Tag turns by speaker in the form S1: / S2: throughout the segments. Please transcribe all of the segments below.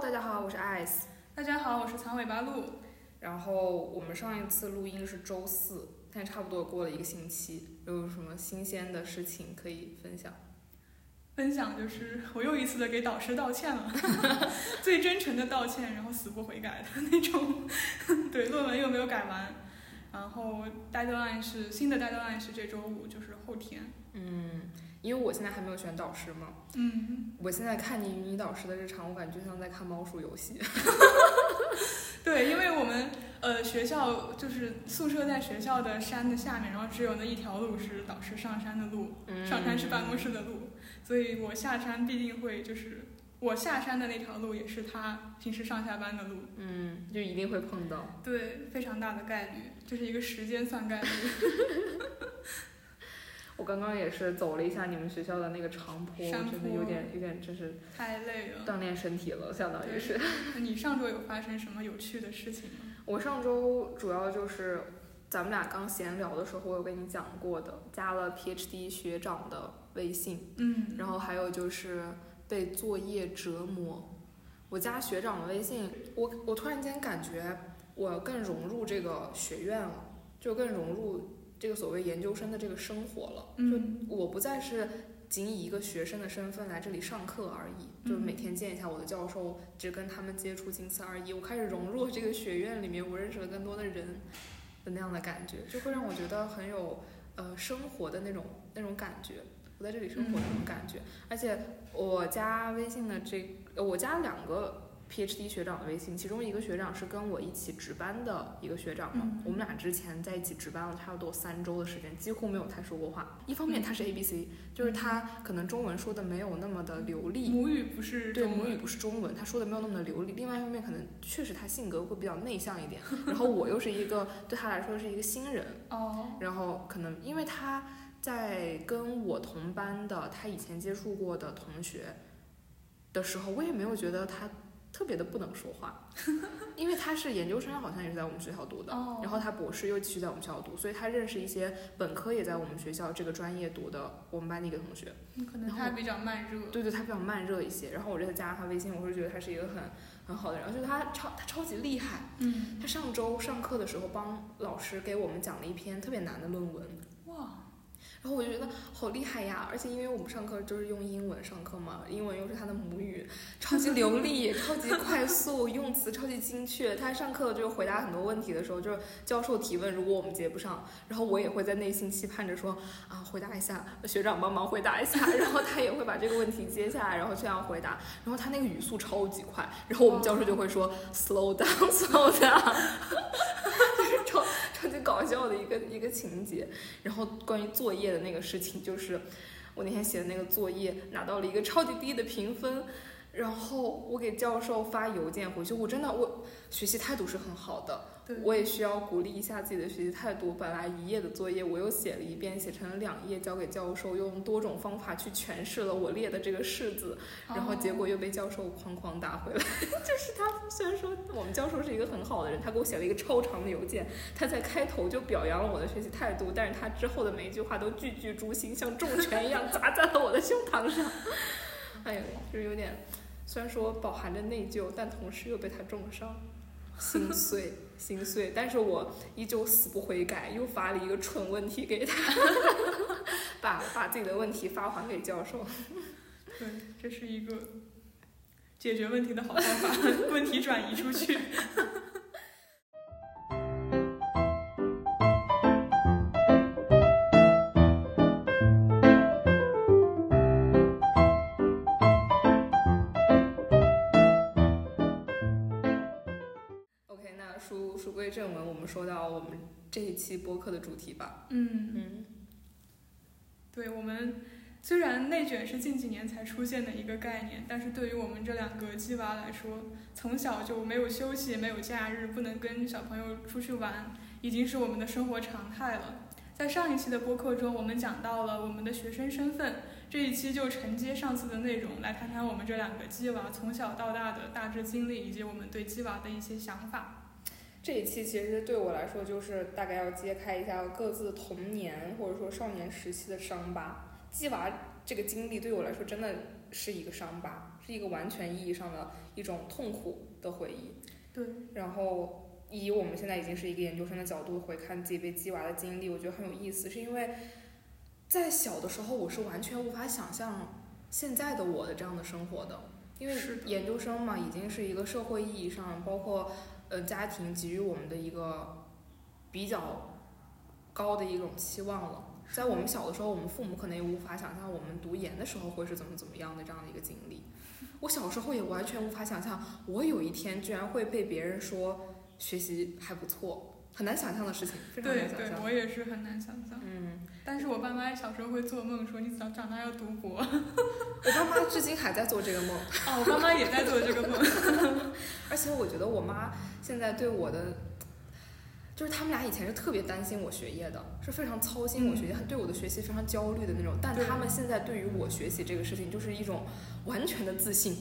S1: 大家好，我是 Ice。
S2: 大家好，我是长尾巴鹿。
S1: 然后我们上一次录音是周四，但差不多过了一个星期，有什么新鲜的事情可以分享？
S2: 分享就是我又一次的给导师道歉了， 最真诚的道歉，然后死不悔改的那种。 对，论文又没有改完，然后 deadline 是新的 deadline 是这周五，就是后天。
S1: 嗯，因为我现在还没有选导师嘛，
S2: 嗯，
S1: 我现在看你与你导师的日常，我感觉就像在看猫鼠游戏。
S2: 对，因为我们呃学校就是宿舍在学校的山的下面，然后只有那一条路是导师上山的路，
S1: 嗯
S2: 上山是办公室的路，所以我下山必定会就是我下山的那条路也是他平时上下班的路，
S1: 嗯，就一定会碰到。
S2: 对，非常大的概率，就是一个时间算概率。
S1: 我刚刚也是走了一下你们学校的那个长坡，
S2: 山
S1: 我真的
S2: 坡
S1: 有点有点真是
S2: 太累了。
S1: 锻炼身体了，相当于
S2: 对
S1: 是。
S2: 那你上周有发生什么有趣的事情吗？
S1: 我上周主要就是咱们俩刚闲聊的时候，我有跟你讲过的，加了 PhD 学长的微信，
S2: 嗯
S1: 然后还有就是被作业折磨。我加学长的微信，我我突然间感觉我更融入这个学院了，就更融入这个所谓研究生的这个生活了。
S2: 嗯
S1: 就我不再是仅以一个学生的身份来这里上课而已，就是每天见一下我的教授，只跟他们接触，仅此而已。我开始融入这个学院里面，我认识了更多的人的那样的感觉，就会让我觉得很有呃生活的那种那种感觉。我在这里生活的那种感觉，而且我加微信的这，呃我加两个 PhD 学长的微信，其中一个学长是跟我一起值班的一个学长嘛，
S2: 嗯
S1: 我们俩之前在一起值班了差不多三周的时间，几乎没有太说过话。一方面
S2: 嗯
S1: 他是 A B C，、就是他可能中文说的没有那么的流利，
S2: 母语不是
S1: 对
S2: 嗯中
S1: 母
S2: 文
S1: 语不是中文，他说的没有那么的流利。另外一方面，可能确实他性格会比较内向一 点，然后我又是一个对他来说是一个新人，
S2: 哦，
S1: 然后可能因为他在跟我同班的，他以前接触过的同学的时候，我也没有觉得他特别的不能说 话，因为他是研究生，好像也是在我们学校读的，
S2: 哦
S1: 然后他博士又继续在我们学校读，所以他认识一些本科也在我们学校这个专业读的我们班的一个同学。
S2: 可能
S1: 然后
S2: 他比较慢热。
S1: 对对，他比较慢热一些。然后我这次加了他微信，我是觉得他是一个很很好的人，而且他超他超级厉害。
S2: 嗯，
S1: 他上周上课的时候帮老师给我们讲了一篇特别难的论文，
S2: 哇，
S1: 然后我就觉得好厉害呀！而且因为我们上课就是用英文上课嘛，英文又是他的母语，超级流利，超级快速，用词超级精确。他上课就是回答很多问题的时候，就是教授提问，如果我们接不上，然后我也会在内心期盼着说啊，回答一下，学长帮忙回答一下， 然后他也会把这个问题接下来，然后这样回答。然后他那个语速超级快，然后我们教授就会说 slow down，slow down，就是超超级搞笑的一个一个情节。然后关于作业的那个事情，就是我那天写的那个作业拿到了一个超级低的评分，然后我给教授发邮件回去，我真的我学习态度是很好的，
S2: 对，
S1: 我也需要鼓励一下自己的学习态度。本来一页的作业我又写了一遍，写成了两页，交给教授，用多种方法去诠释了我列的这个式子，
S2: 哦
S1: 然后结果又被教授哐哐打回来。 就是他虽然说我们教授是一个很好的人，他给我写了一个超长的邮件，他在开头就表扬了我的学习态度，但是他之后的每一句话都句句诛心，像重拳一样砸在了我的胸膛上。 哎呦，就是有点，虽然说饱含着内疚，但同时又被他重伤，心碎心碎。但是我依旧死不悔改，又发了一个蠢问题给他， 把把自己的问题发还给教授。
S2: 哦对，这是一个解决问题的好方法， 问题转移出去。
S1: OK，那书书归正文，我们说到我们这一期播客的主题吧。
S2: 嗯，
S1: 嗯
S2: 对我们。虽然内卷是近几年才出现的一个概念，但是对于我们这两个鸡娃来说，从小就没有休息、没有假日，不能跟小朋友出去玩，已经是我们的生活常态了。在上一期的播客中，我们讲到了我们的学生身份，这一期就承接上次的内容，来谈谈我们这两个鸡娃从小到大的大致经历，以及我们对鸡娃的一些想法。，
S1: 这一期其实对我来说就是大概要揭开一下各自童年或者说少年时期的伤疤。鸡娃这个经历对我来说真的是一个伤疤，是一个完全意义上的一种痛苦的回忆。
S2: 对，
S1: 然后以我们现在已经是一个研究生的角度回看自己被鸡娃的经历，我觉得很有意思，是因为在小的时候我是完全无法想象现在的我的这样的生活的，因为
S2: 是的
S1: 研究生嘛，已经是一个社会意义上，包括呃家庭给予我们的一个比较高的一种期望了。在我们小的时候，我们父母可能也无法想象我们读研的时候会是怎么怎么样的这样的一个经历。我小时候也完全无法想象，我有一天居然会被别人说学习还不错，很难想象的事情，非常
S2: 对
S1: 难想
S2: 对，
S1: 象。
S2: 我也是很难想象。
S1: 嗯，
S2: 但是我爸妈小时候会做梦说你长长大要读博，
S1: 我爸妈至今还在做这个梦，
S2: 啊，我爸妈也在做这个梦。
S1: 而且我觉得我妈现在对我的，就是他们俩以前是特别担心我学业的，是非常操心我学业，对我的学习非常焦虑的那种。但
S2: 嗯对
S1: 他们现在对于我学习这个事情，就是一种完全的自信，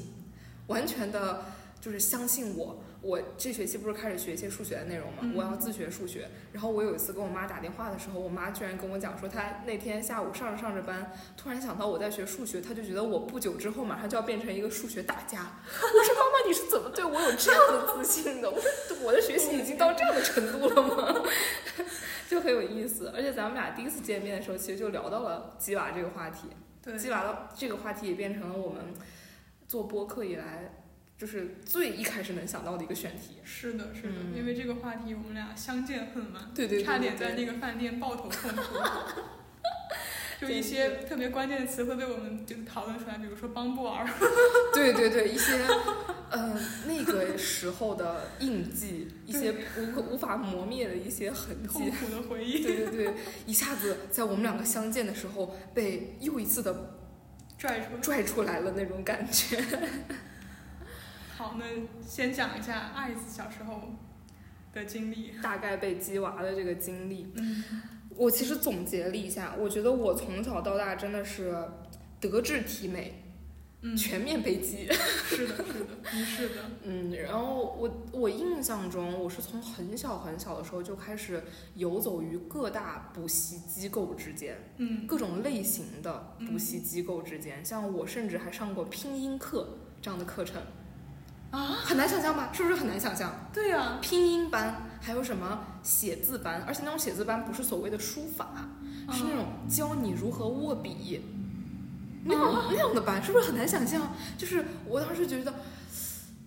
S1: 完全的。就是相信我，我这学期不是开始学一些数学的内容嘛，
S2: 嗯
S1: 我要自学数学。然后我有一次跟我妈打电话的时候，我妈居然跟我讲说，她那天下午上着上着班，突然想到我在学数学，她就觉得我不久之后马上就要变成一个数学大家。 我说妈妈，你是怎么对我有这样的自信的？我说我的学习已经到这样的程度了吗？ 就很有意思，而且咱们俩第一次见面的时候，其实就聊到了鸡娃这个话题。
S2: 对，
S1: 鸡娃的这个话题也变成了我们做播客以来，就是最一开始能想到的一个选题。
S2: 是的，是的，
S1: 嗯
S2: 因为这个话题我们俩相见恨晚，
S1: 对对对
S2: 差点
S1: 对
S2: 在那个饭店抱头 痛哭。就一些特别关键的词会被我们就讨论出来，比如说邦布尔，
S1: 对对对，一些呃那个时候的印记，一些无无法磨灭的一些痕迹
S2: 痛。苦的回忆
S1: 对对对，一下子在我们两个相见的时候，被又一次的
S2: 拽出来。
S1: 拽出来了那种感觉。
S2: 好，那先讲一下爱子小时候的经历。
S1: 大概被鸡娃的这个经历，
S2: 嗯，
S1: 我其实总结了一下，我觉得我从小到大真的是德智体美
S2: 嗯，
S1: 全面被鸡。
S2: 是的，是的，你是的，
S1: 嗯，然后我我印象中，我是从很小很小的时候就开始游走于各大补习机构之间。
S2: 嗯，
S1: 各种类型的补习机构之间，像我甚至还上过拼音课这样的课程，
S2: 啊，
S1: 很难想象吧？是不是很难想象？
S2: 对呀、
S1: 拼音班，还有什么写字班，而且那种写字班不是所谓的书法，是那
S2: 嗯
S1: 种教你如何握笔，那种、那样的班，是不是很难想象？就是我当时觉得，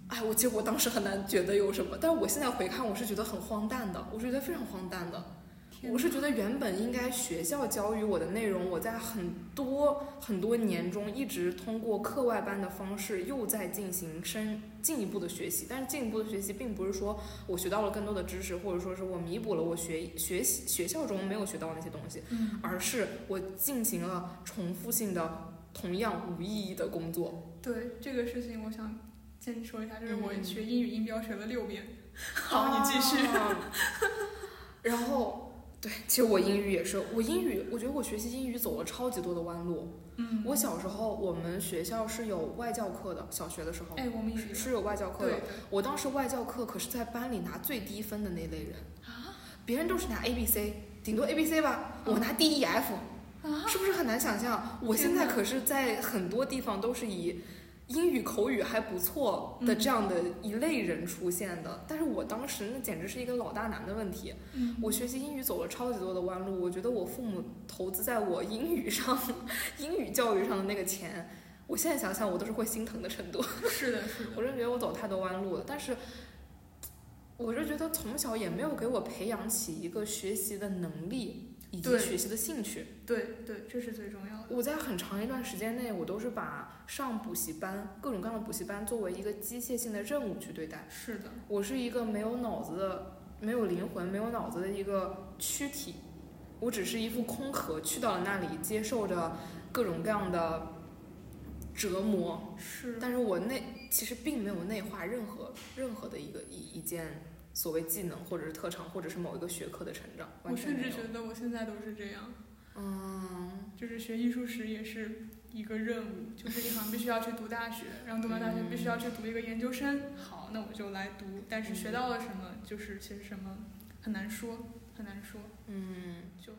S1: 哎，我结果当时很难觉得有什么，但是我现在回看，我是觉得很荒诞的，我是觉得非常荒诞的。
S2: 天
S1: 我是觉得原本应该学校教育我的内容，我在很多很多年中一直通过课外班的方式又在进行深进一步的学习，但是进一步的学习并不是说我学到了更多的知识，或者说是我弥补了我学学习学校中没有学到的那些东西，
S2: 嗯，
S1: 而是我进行了重复性的、同样无意义的工作。
S2: 对这个事情，我想先说一下，就是我
S1: 嗯
S2: 学英语音标学了六 遍。 好，你继续。
S1: 啊。 然后，对，其实我英语也是，我英语，我觉得我学习英语走了超级多的弯路。
S2: 嗯，
S1: 我小时候，我们学校是有外教课的，小学的时候
S2: 哎，我们也
S1: 是是有外教课的
S2: 对。对
S1: 我当时外教课可是在班里拿最低分的那类人，
S2: 啊
S1: 别人都是拿 A B C，顶多 A B C 吧，我拿 D E F，
S2: 啊，
S1: 是不是很难想象？我现在可是在很多地方都是以英语口语还不错的这样的
S2: 嗯
S1: 一类人出现的，但是我当时那简直是一个老大难的问题。
S2: 嗯，
S1: 我学习英语走了超级多的弯路，我觉得我父母投资在我英语上、 英语教育上的那个钱，我现在想想我都是会心疼的程度。
S2: 是的，是的，
S1: 我真觉得我走太多弯路了，但是我是觉得从小也没有给我培养起一个学习的能力以及
S2: 对
S1: 学习的兴趣。
S2: 对对，这是最重要的。
S1: 我在很长一段时间内，我都是把上补习班各种各样的补习班作为一个机械性的任务去对待。
S2: 是的，
S1: 我是一个没有脑子的、没有灵魂、没有脑子的一个躯体，我只是一副空壳，去到了那里，接受着各种各样的折磨。
S2: 是
S1: 哦但是我内其实并没有内化任何任何的一个一一件所谓技能或者是特长，或者是某一个学科的成长，完
S2: 我
S1: 全
S2: 甚
S1: 没
S2: 至
S1: 有。
S2: 觉得我现在都是这样，
S1: 嗯。
S2: 就是学艺术史也是一个任务，就是你好像必须要去读大学，然后读完大学必须要
S1: 嗯
S2: 去读一个研究生。好，那我就来读，但是学到了什么，就是其实什么很难说，很难说，
S1: 嗯
S2: 就。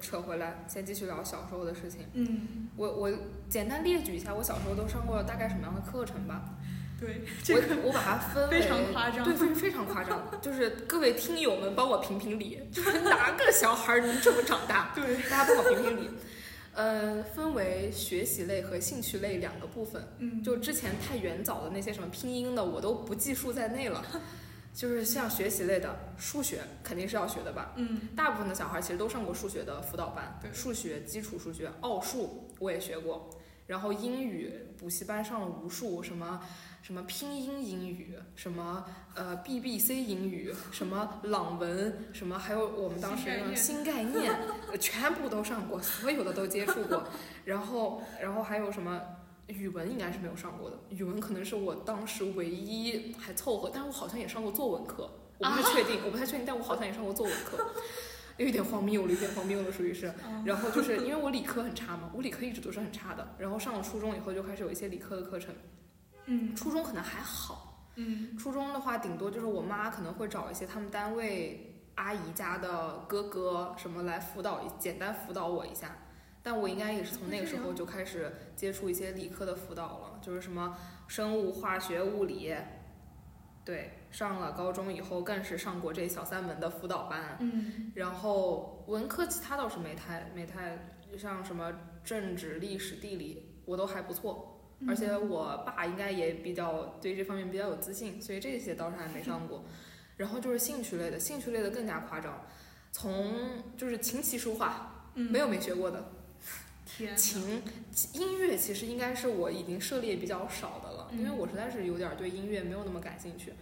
S1: 扯回来，先继续聊小时候的事情。
S2: 嗯，
S1: 我我简单列举一下我小时候都上过大概什么样的课程吧。
S2: 对，这个
S1: 我我把它分为
S2: 非常夸张
S1: 对，非非常夸张。就是各位听友们帮我评评理，就是哪个小孩儿能这么长大？
S2: 对，
S1: 大家帮我评评理。呃，分为学习类和兴趣类两个部分。
S2: 嗯，
S1: 就之前太远早的那些什么拼音的，我都不计数在内了。 就是像学习类的，数学肯定是要学的吧？
S2: 嗯
S1: 大部分的小孩其实都上过数学的辅导班，
S2: 对
S1: 数学基础数学、奥数我也学过，然后英语补习班上了无数，什么什么拼音英语，什么呃 BBC 英语，什么朗文，什么还有我们当时那种新概念，呃全部都上过，所有的都接触过， 然后然后还有什么。语文应该是没有上过的，语文可能是我当时唯一还凑合，但我好像也上过作文课，我不太确定，我不太确定，但我好像也上过作文课，有一点荒谬了，有一点荒谬了，属于是。
S2: 啊
S1: 然后就是因为我理科很差嘛，我理科一直都是很差的。然后上了初中以后就开始有一些理科的课程，
S2: 嗯
S1: 初中可能还好，
S2: 嗯
S1: 初中的话顶多就是我妈可能会找一些他们单位阿姨家的哥哥什么来辅导，简单辅导我一下。但我应该也是从那个时候就开始接触一些理科的辅导了，就是什么生物、化学、物理。对，上了高中以后更是上过这小三门的辅导班。
S2: 嗯
S1: 然后文科其他倒是没太没太，像什么政治、历史、地理，我都还不错。
S2: 嗯
S1: 而且我爸应该也比较对这方面比较有自信，所以这些倒是还没上过。然后就是兴趣类的，兴趣类的更加夸张，从就是琴棋书画，
S2: 嗯
S1: 没有没学过的。
S2: 天
S1: 琴音乐其实应该是我已经涉猎比较少的了，
S2: 嗯
S1: 因为我实在是有点对音乐没有那么感兴趣。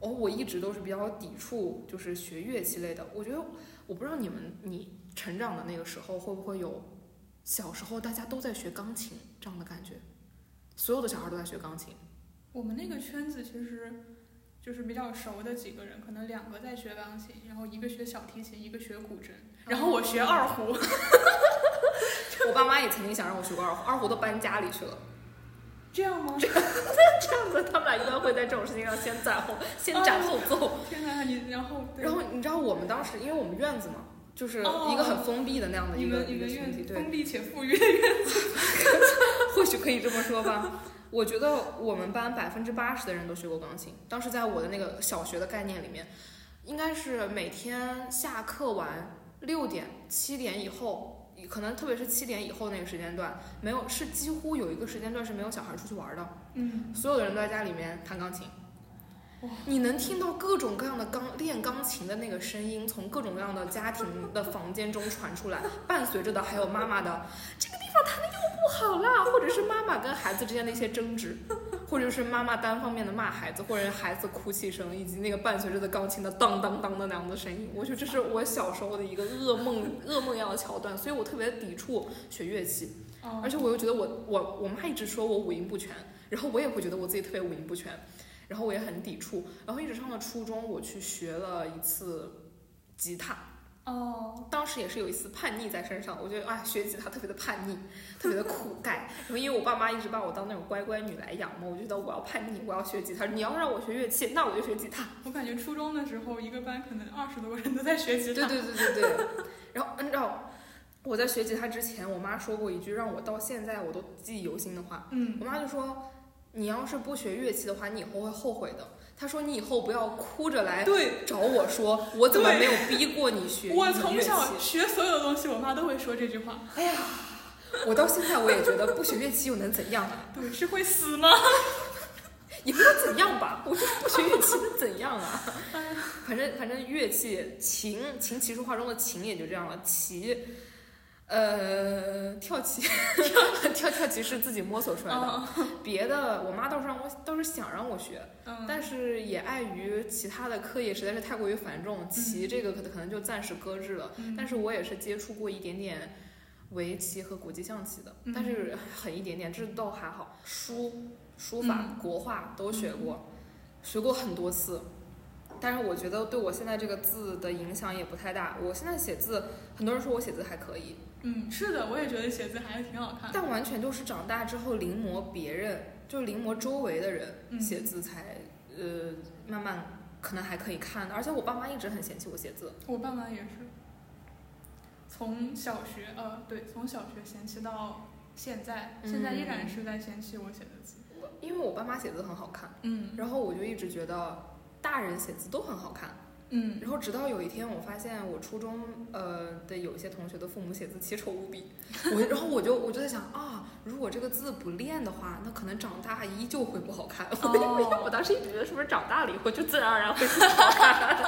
S1: 哦，我一直都是比较抵触，就是学乐器类的。我觉得，我不知道你们你成长的那个时候会不会有，小时候大家都在学钢琴这样的感觉，所有的小孩都在学钢琴。
S2: 我们那个圈子其实就是比较熟的几个人，可能两个在学钢琴，然后一个学小提琴，一个学古筝，
S1: 啊
S2: 然后我学二胡。
S1: 我爸妈也曾经想让我学过二胡，二胡都搬家里去了。
S2: 这样吗？
S1: 这样子，他们俩一般会在这种事情上先斩后先斩后奏。
S2: 天哪，你然后对
S1: 然后你知道我们当时，因为我们院子嘛，就是
S2: 哦
S1: 一个很封闭的那样的
S2: 你
S1: 一个
S2: 们你
S1: 一个
S2: 们
S1: 群体，
S2: 院
S1: 对，
S2: 封闭且 富裕，
S1: 或许可以这么说吧。我觉得我们班百分之八十的人都学过钢琴，当时在我的那个小学的概念里面，应该是每天下课完六点七点以后，可能特别是七点以后那个时间段，没有是几乎有一个时间段是没有小孩出去玩的，
S2: 嗯，
S1: 所有的人都在家里面弹钢琴
S2: 哇。
S1: 你能听到各种各样的钢练钢琴的那个声音，从各种各样的家庭的房间中传出来，伴随着的还有妈妈的这个地方弹的又不好啦，或者是妈妈跟孩子之间的一些争执，或者是妈妈单方面的骂孩子，或者是孩子哭泣声，以及那个伴随着的钢琴的当当当的那样的声音。我觉得这是我小时候的一个噩梦噩梦一样的桥段，所以我特别抵触学乐器。
S2: 哦
S1: 而且我又觉得我我我妈一直说我五音不全，然后我也会觉得我自己特别五音不全，然后我也很抵触，然后一直上了初中，我去学了一次吉他，
S2: 哦，
S1: 当时也是有一丝叛逆在身上，我觉得啊、哎学吉他特别的叛逆，特别的苦 盖。然后因为我爸妈一直把我当那种乖乖女来养嘛，我就觉得我要叛逆，我要学吉他。你要让我学乐器，那我就学吉他。
S2: 我感觉初中的时候，一个班可能二十多个人都在学吉
S1: 对
S2: 他。
S1: 对对对对。然后按照我在学吉他之前，我妈说过一句让我到现在我都记忆犹新的话，
S2: 嗯，
S1: 我妈就说，你要是不学乐器的话，你以后会后悔的。她说你以后不要哭着来
S2: 对，
S1: 找我说，我怎么没有逼过你学
S2: 我
S1: 乐器
S2: 从小学所有的东西，我妈都会说这句话。
S1: 哎呀，我到现在我也觉得不学乐器又能怎样啊？
S2: 对，是会死吗？
S1: 也不能怎样吧，我就是不学乐器能怎样 啊？
S2: 哎
S1: 反正反正乐器琴琴棋书画中的琴也就这样了，棋。呃，跳棋， 跳跳棋是自己摸索出来的，
S2: 嗯
S1: 别的我妈倒是让我倒是想让我学，
S2: 嗯，
S1: 但是也碍于其他的课业实在是太过于繁重，棋这个可可能就暂时搁置了。但
S2: 是
S1: 是我也是接触过一点点围棋和国际象棋的，
S2: 嗯
S1: 但是很一点点，这倒还好。书、书法、国画都学过，学过很多次。但是我觉得对我现在这个字的影响也不太大。我现在写字，很多人说我写字还可以，
S2: 嗯，是的，我也觉得写字还是挺好看的。
S1: 但完全就是长大之后临摹别人，就临摹周围的人
S2: 嗯
S1: 写字才，呃，慢慢可能还可以看的。而且我爸妈一直很嫌弃我写字，
S2: 我爸妈也是。从小学呃对，从小学前期到现在，
S1: 嗯
S2: 现在依然是在前期我写的字。
S1: 因为我爸妈写字很好看，
S2: 嗯
S1: 然后我就一直觉得大人写字都很好看。
S2: 嗯，
S1: 然后直到有一天，我发现我初中呃的有一些同学的父母写字奇丑无 比，我然后我就我就在想啊，如果这个字不练的话，那可能长大依旧会不好看。 我因为
S2: 哦
S1: 我当时一直觉得是不是长大了以后就自然而然会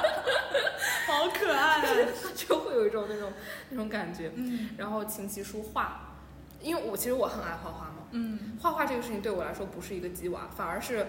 S2: 好可爱啊！
S1: 就会有一种那种那种感觉。
S2: 嗯
S1: 然后琴棋书画，因为我其实我很爱画画嘛，
S2: 嗯
S1: 画画这个事情对我来说不是一个鸡娃，反而是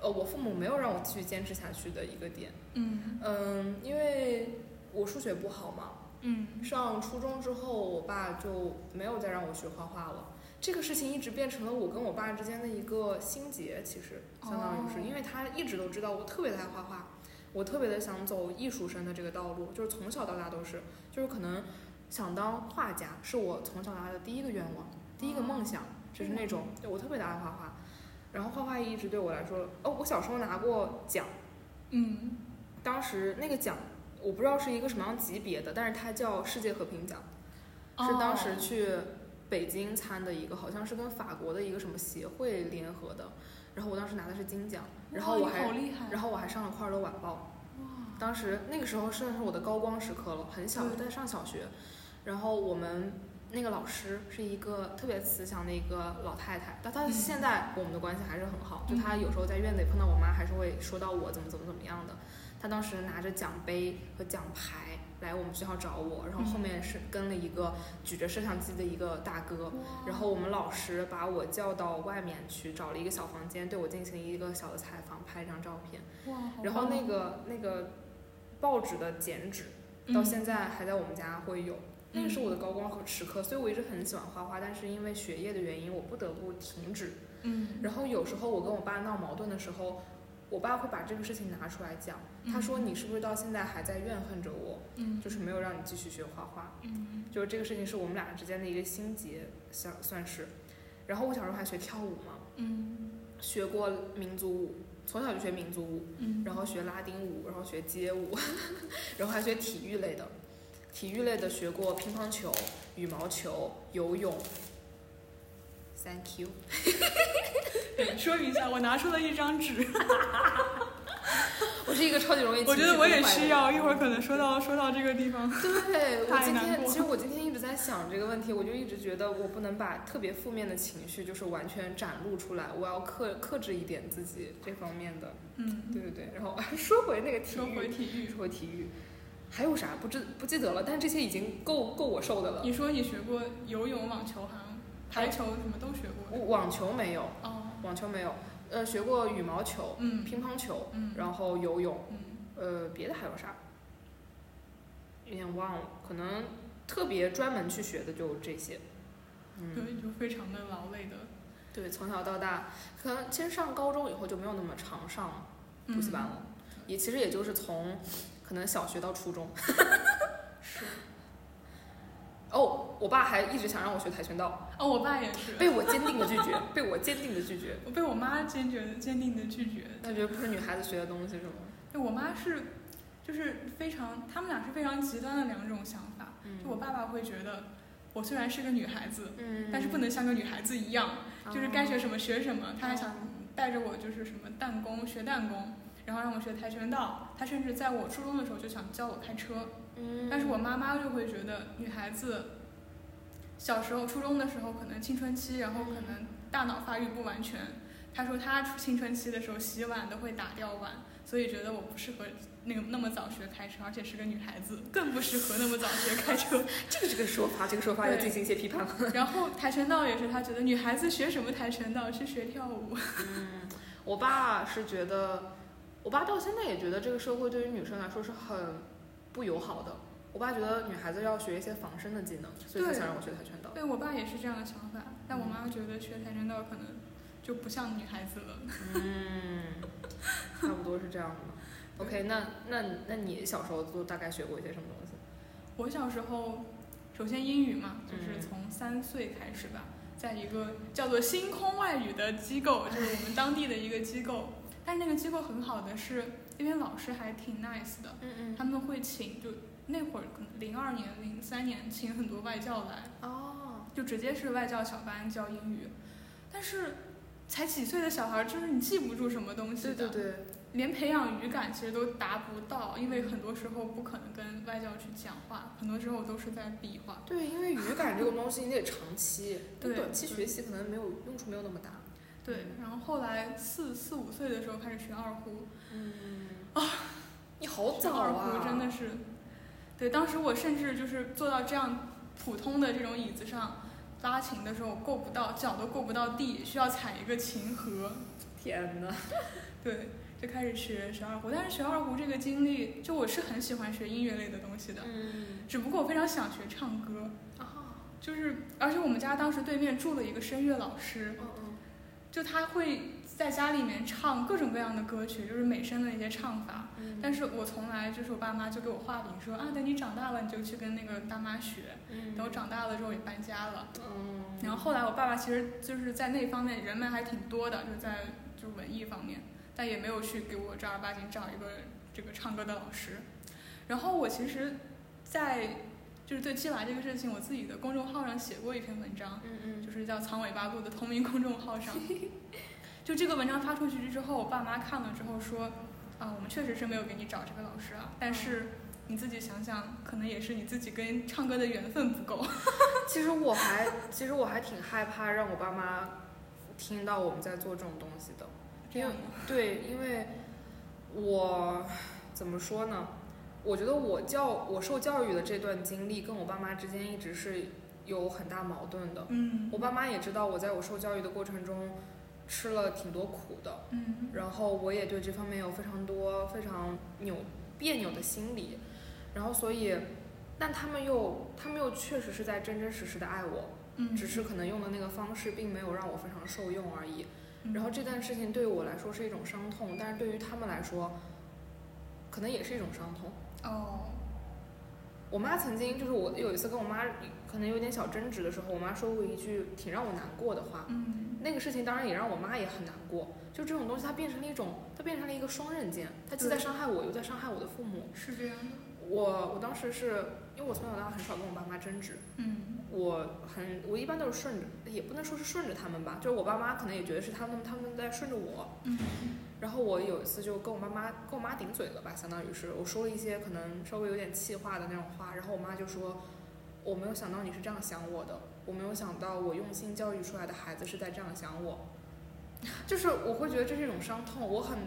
S1: 呃我父母没有让我继续坚持下去的一个点。
S2: 嗯
S1: 嗯，因为我数学不好嘛，
S2: 嗯
S1: 上初中之后，我爸就没有再让我学画画了。这个事情一直变成了我跟我爸之间的一个心结，其实相当于是、
S2: 哦
S1: 因为他一直都知道我特别爱画画，我特别的想走艺术生的这个道路，就是从小到大都是，就是可能想当画家是我从小到大的第一个愿望，第一个梦想，就是那种对我特别的爱画画。然后画画一直对我来说，哦，我小时候拿过奖。
S2: 嗯，
S1: 当时那个奖，我不知道是一个什么样级别的，但是它叫世界和平奖，是当
S2: 哦
S1: 时去北京参的一个，好像是跟法国的一个什么协会联合的。然后我当时拿的是金奖，然后我
S2: 哇你好
S1: 还，
S2: 厉害，
S1: 然后我还上了《快乐晚报》。
S2: 哇，
S1: 当时那个时候算是我的高光时刻了，很小
S2: 对
S1: 就在上小学。然后我们那个老师是一个特别慈祥的一个老太太，但她
S2: 嗯
S1: 现在我们的关系还是很好，
S2: 嗯
S1: 就她有时候在院子里碰到我妈，还是会说到我怎么怎么怎么样的。她当时拿着奖杯和奖牌来我们学校找我，然后
S2: 嗯
S1: 后面是跟了一个举着摄像机的一个大哥，然后我们老师把我叫到外面去，找了一个小房间，对我进行一个小的采访，拍了一张照片。
S2: 哇，好
S1: 然后
S2: 棒
S1: 那个那个报纸的剪纸
S2: 嗯
S1: 到现在还在我们家会有，那个是我的高光和时刻，所以我一直很喜欢画画，但是因为学业的原因，我不得不停止。
S2: 嗯
S1: 然后有时候我跟我爸闹矛盾的时候，我爸会把这个事情拿出来讲，他说你是不是到现在还在怨恨着我，
S2: 嗯
S1: 就是没有让你继续学画画，
S2: 嗯
S1: 就是这个事情是我们俩之间的一个心结，算算是。然后我小时候还学跳舞嘛，
S2: 嗯
S1: 学过民族舞，从小就学民族舞，
S2: 嗯，
S1: 然后学拉丁舞，然后学街舞， 然后还学体育类的。体育类的学过乒乓球、羽毛球、游泳。Thank you。
S2: 说明一下，我拿出了一张纸。
S1: 我是一个超级容易情
S2: 我
S1: 绪
S2: 觉得我也
S1: 崩坏的
S2: 需
S1: 人
S2: 要，一会儿。可能说到说到这个地方，
S1: 对，我
S2: 太
S1: 今
S2: 难
S1: 天
S2: 过
S1: 其实我今天一直在想这个问题，我就一直觉得我不能把特别负面的情绪就是完全展露出来，我要克克制一点自己这方面的。
S2: 嗯，
S1: 对对对。然后说回那个体育，
S2: 说回体育，
S1: 说回体育，还有啥不知不记得了？但这些已经够够我受的了。
S2: 你说你学过游泳、网球，好像排球什么都学过。
S1: 网球没有，
S2: 哦，
S1: 网球没有，呃，学过羽毛球、
S2: 嗯
S1: 乒乓球，
S2: 嗯
S1: 然后游泳，
S2: 嗯
S1: 呃，别的还有啥？有点忘了，可能特别专门去学的就这些。嗯，
S2: 对，就非常的劳累的
S1: 对，从小到大，可能其实上高中以后就没有那么常上
S2: 嗯
S1: 补习班。了，也其实也就是从可能小学到初中。
S2: 嗯是，
S1: 哦，我爸还一直想让我学跆拳道，
S2: 哦，我爸也是，
S1: 被我坚定的拒绝，被我坚定的拒绝，
S2: 我被我妈坚决坚定的拒绝。
S1: 他觉得不是女孩子学的东西是吗？
S2: 对我妈是，就是非常，他们俩是非常极端的两种想法。就我
S1: 嗯，
S2: 爸爸会觉得，我虽然是个女孩子，
S1: 嗯
S2: 但是不能像个女孩子一样。就是该学
S1: 啊
S2: 什么学什么。他还想带着我就是什么弹弓学弹弓，然后让我学跆拳道。他甚至在我初中的时候就想教我开车，
S1: 嗯，
S2: 但是我妈妈就会觉得女孩子小时候初中的时候可能青春期，然后可能大脑发育不完全。她说她青春期的时候洗碗都会打掉碗，所以觉得我不适合那个那么早学开车，而且是个女孩子，更不适合那么早学开车。
S1: 这个这个说法，这个说法要
S2: 对
S1: 进行一些批 判。
S2: 然后跆拳道也是，她觉得女孩子学什么跆拳道去学跳舞。
S1: 嗯，我爸是觉得，我爸到现在也觉得这个社会对于女生来说是很不友好的。我爸觉得女孩子要学一些防身的技能，所以他
S2: 对
S1: 想让我学跆拳 道。
S2: 对我爸也是这样的想法，但我妈觉得学跆拳道可能就不像女孩子了。
S1: 嗯，差不多是这样的。OK，那那那你小时候都大概学过一些什么东西？
S2: 我小时候，首先英语嘛，就是
S1: 嗯
S2: 从三岁开始吧，在一个叫做星空外语的机构，就是我们当地的一个机构。但是那个机构很好的是，因为老师还挺 nice 的，
S1: 嗯
S2: 他们会请就那会儿可能零二年、零三年请很多外教来，
S1: 哦，
S2: 就直接是外教小班教英语，但是才几岁的小孩儿，就是你记不住什么东西
S1: 对
S2: 的，
S1: 对对，
S2: 连培养语感其实都达不到，因为很多时候不可能跟外教去讲话，很多时候都是在比划。
S1: 对，因为语感这种东西你得长期，
S2: 对
S1: 短期
S2: 对
S1: 学习可能没有用处没有那么大。
S2: 对，然后后来四四五岁的时候开始学二胡，
S1: 嗯啊，你好
S2: 学
S1: 早
S2: 二
S1: 啊，
S2: 胡真的是，对，当时我甚至就是坐到这样普通的这种椅子上拉琴的时候，够不到脚都够不到地，需要踩一个琴盒，
S1: 天呐，
S2: 对，就开始学学二胡。但是学二胡这个经历，就我是很喜欢学音乐类的东西的，
S1: 嗯
S2: 只不过我非常想学唱歌，
S1: 啊，
S2: 就是而且我们家当时对面住了一个声乐老师，
S1: 嗯嗯，
S2: 就他会在家里面唱各种各样的歌曲，就是美声的一些唱法。
S1: 嗯
S2: 但是我从来就是我爸妈就给我画饼说啊，等你长大了你就去跟那个大妈学。
S1: 嗯
S2: 等我长大了之后也搬家了。
S1: 嗯，
S2: 然后后来我爸爸其实就是在那方面人脉还挺多的，就是在就是文艺方面，但也没有去给我正儿八经找一个这个唱歌的老师。然后我其实，在就是对鸡娃这个事情，我自己的公众号上写过一篇文章，
S1: 嗯
S2: 就
S1: 嗯
S2: 是叫“藏尾巴路”的同名公 众号上。就这个文章发出去之后，我爸妈看了之后说：“啊，我们确实是没有给你找这个老师啊，但是你自己想想，可能也是你自己跟唱歌的缘分不够。
S1: 其实我还其实我还挺害怕让我爸妈听到我们在做这种东西的，”
S2: 这样吗？
S1: 对，因为我怎么说呢？我觉得我教我受教育的这段经历，跟我爸妈之间一直是有很大矛盾的。
S2: 嗯
S1: 我爸妈也知道我在我受教育的过程中吃了挺多苦的，
S2: 嗯
S1: 然后我也对这方面有非常多非常扭别扭的心理，然后所以，但他们又他们又确实是在真真实实的爱我，
S2: 嗯，
S1: 只是可能用的那个方式并没有让我非常受用而已。
S2: 嗯
S1: 然后这段事情对我来说是一种伤痛，但是对于他们来说，可能也是一种伤痛。
S2: 哦，
S1: 我妈曾经就是我有一次跟我妈可能有点小争执的时候，我妈说过一句挺让我难过的话，
S2: 嗯
S1: 那个事情当然也让我妈也很难过，就这种东西它变成了一种，它变成了一个双刃剑，它既在
S2: 对
S1: 伤害我，又在伤害我的父母。
S2: 是这样的，
S1: 我我当时是因为我从小到大很少跟我爸妈争执，
S2: 嗯
S1: 我很我一般都是顺着，也不能说是顺着他们吧，就是我爸妈可能也觉得是他们他们在顺着我。
S2: 嗯
S1: 然后我有一次就跟我妈妈跟我妈顶嘴了吧，相当于是我说了一些可能稍微有点气话的那种话，然后我妈就说我没有想到你是这样想我的，我没有想到我用心教育出来的孩子是在这样想我，就是我会觉得这是一种伤痛，我很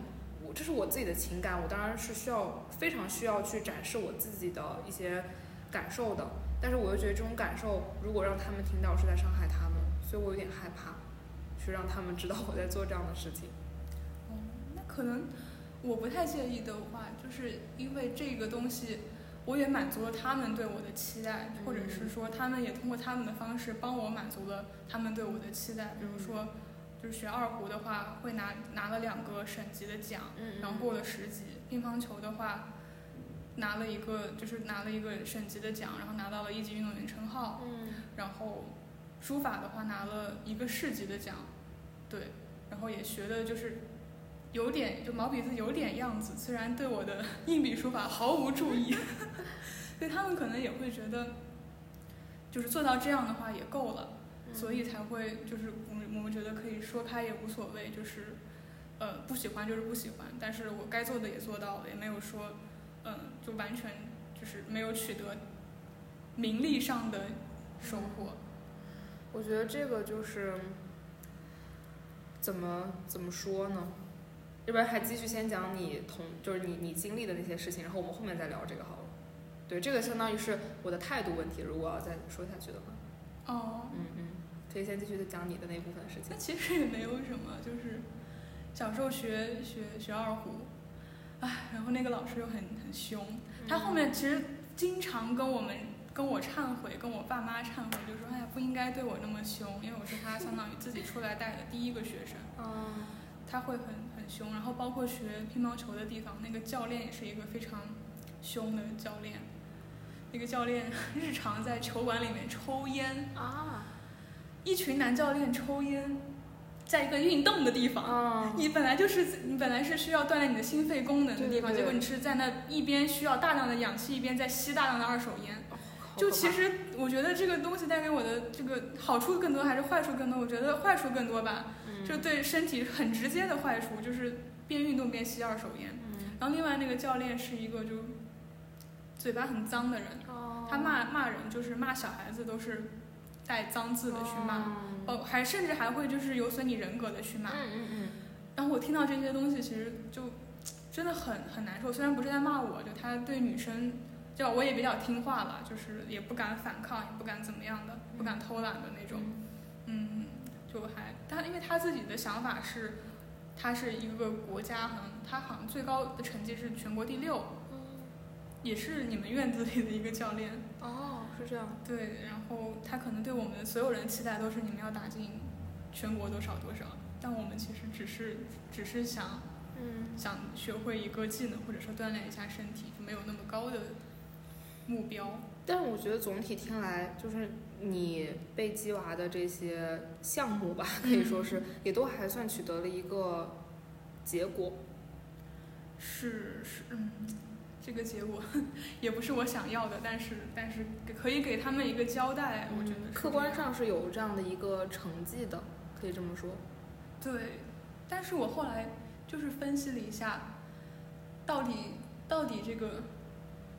S1: 我这是我自己的情感，我当然是需要非常需要去展示我自己的一些感受的，但是我又觉得这种感受如果让他们听到是在伤害他们，所以我有点害怕去让他们知道我在做这样的事情。
S2: 哦，那可能我不太介意的话，就是因为这个东西，我也满足了他们对我的期待，或者是说他们也通过他们的方式帮我满足了他们对我的期待。比如说，就是学二胡的话，会拿拿了两个省级的奖，
S1: 嗯
S2: 然后过了十级；乒乓球的话。拿了一个，就是拿了一个省级的奖，然后拿到了一级运动员称号。
S1: 嗯
S2: 然后书法的话拿了一个市级的奖，对，然后也学的就是有点就毛笔字有点样子，虽然对我的 硬笔书法毫无注意， 所以他们可能也会觉得，就是做到这样的话也够了，
S1: 嗯
S2: 所以才会就是我们我们觉得可以说开也无所谓，就是呃不喜欢就是不喜欢，但是我该做的也做到了，也没有说嗯、就完全就是没有取得名利上的收获。
S1: 我觉得这个就是怎么怎么说呢？要不然还继续先讲你同就是你你经历的那些事情，然后我们后面再聊这个好了。对，这个相当于是我的态度问题，如果要再说下去的话，
S2: 哦，
S1: 嗯嗯，可以先继续的讲你的那部分事情
S2: 那。其实也没有什么，就是小时候学学学二胡，唉，然后那个老师又很很凶，
S1: 嗯
S2: 他后面其实经常跟我们跟我忏悔，跟我爸妈忏悔，就说哎呀不应该对我那么凶，因为我是他相当于自己出来带的第一个学生，
S1: 嗯，
S2: 他会很很凶，然后包括学乒乓球的地方，那个教练也是一个非常凶的教练。那个教练 日常在球馆里面抽烟，
S1: 啊
S2: 一群男教练抽烟，在一个运动的地方，
S1: 啊，
S2: 你本来就是你本来是需要锻炼你的心肺功能的地
S1: 对对
S2: 方，
S1: 对
S2: 结果你是在那一边需要大量的氧气，一边在吸大量的二手烟。就其实我觉得这个东西带给我的这个好处更多还是坏处更多？我觉得坏处更多吧，
S1: 嗯
S2: 就对身体很直接的坏处就是边运动边吸二手烟。然后另外那个教练是一个就嘴巴很脏的人，
S1: 嗯哦
S2: 他骂骂人就是骂小孩子都是带脏字的去骂，
S1: 嗯
S2: 哦，还甚至还会就是有损你人格的去骂。
S1: 嗯嗯
S2: 然后我听到这些东西，其实就真的很很难受。虽然不是在骂我，就他对女生，就我也比较听话吧，就是也不敢反抗，也不敢怎么样的，不敢偷懒的那种。嗯，就还他，因为他自己的想法是，他是一个国家，好像他好像最高的成绩是全国第六，
S1: 嗯
S2: 也是你们院子里的一个教练。
S1: 哦，是这样，
S2: 对，然后他可能对我们所有人期待都是你们要打进全国多少多少，但我们其实只是只是想。
S1: 嗯
S2: 想学会一个技能，或者说锻炼一下身体，就没有那么高的目标。
S1: 但是我觉得总体听来，就是你被鸡娃的这些项目吧，可以
S2: 嗯
S1: 说是也都还算取得了一个结果。
S2: 是是，嗯，这个结果 也不是我想要的，但是但是给可以给他们一个交代，哎我觉得是
S1: 嗯客
S2: 这
S1: 观
S2: 样
S1: 上是有这样的一个成绩的，可以这么说。
S2: 对。但是我后来就是分析了一下，到底到底这个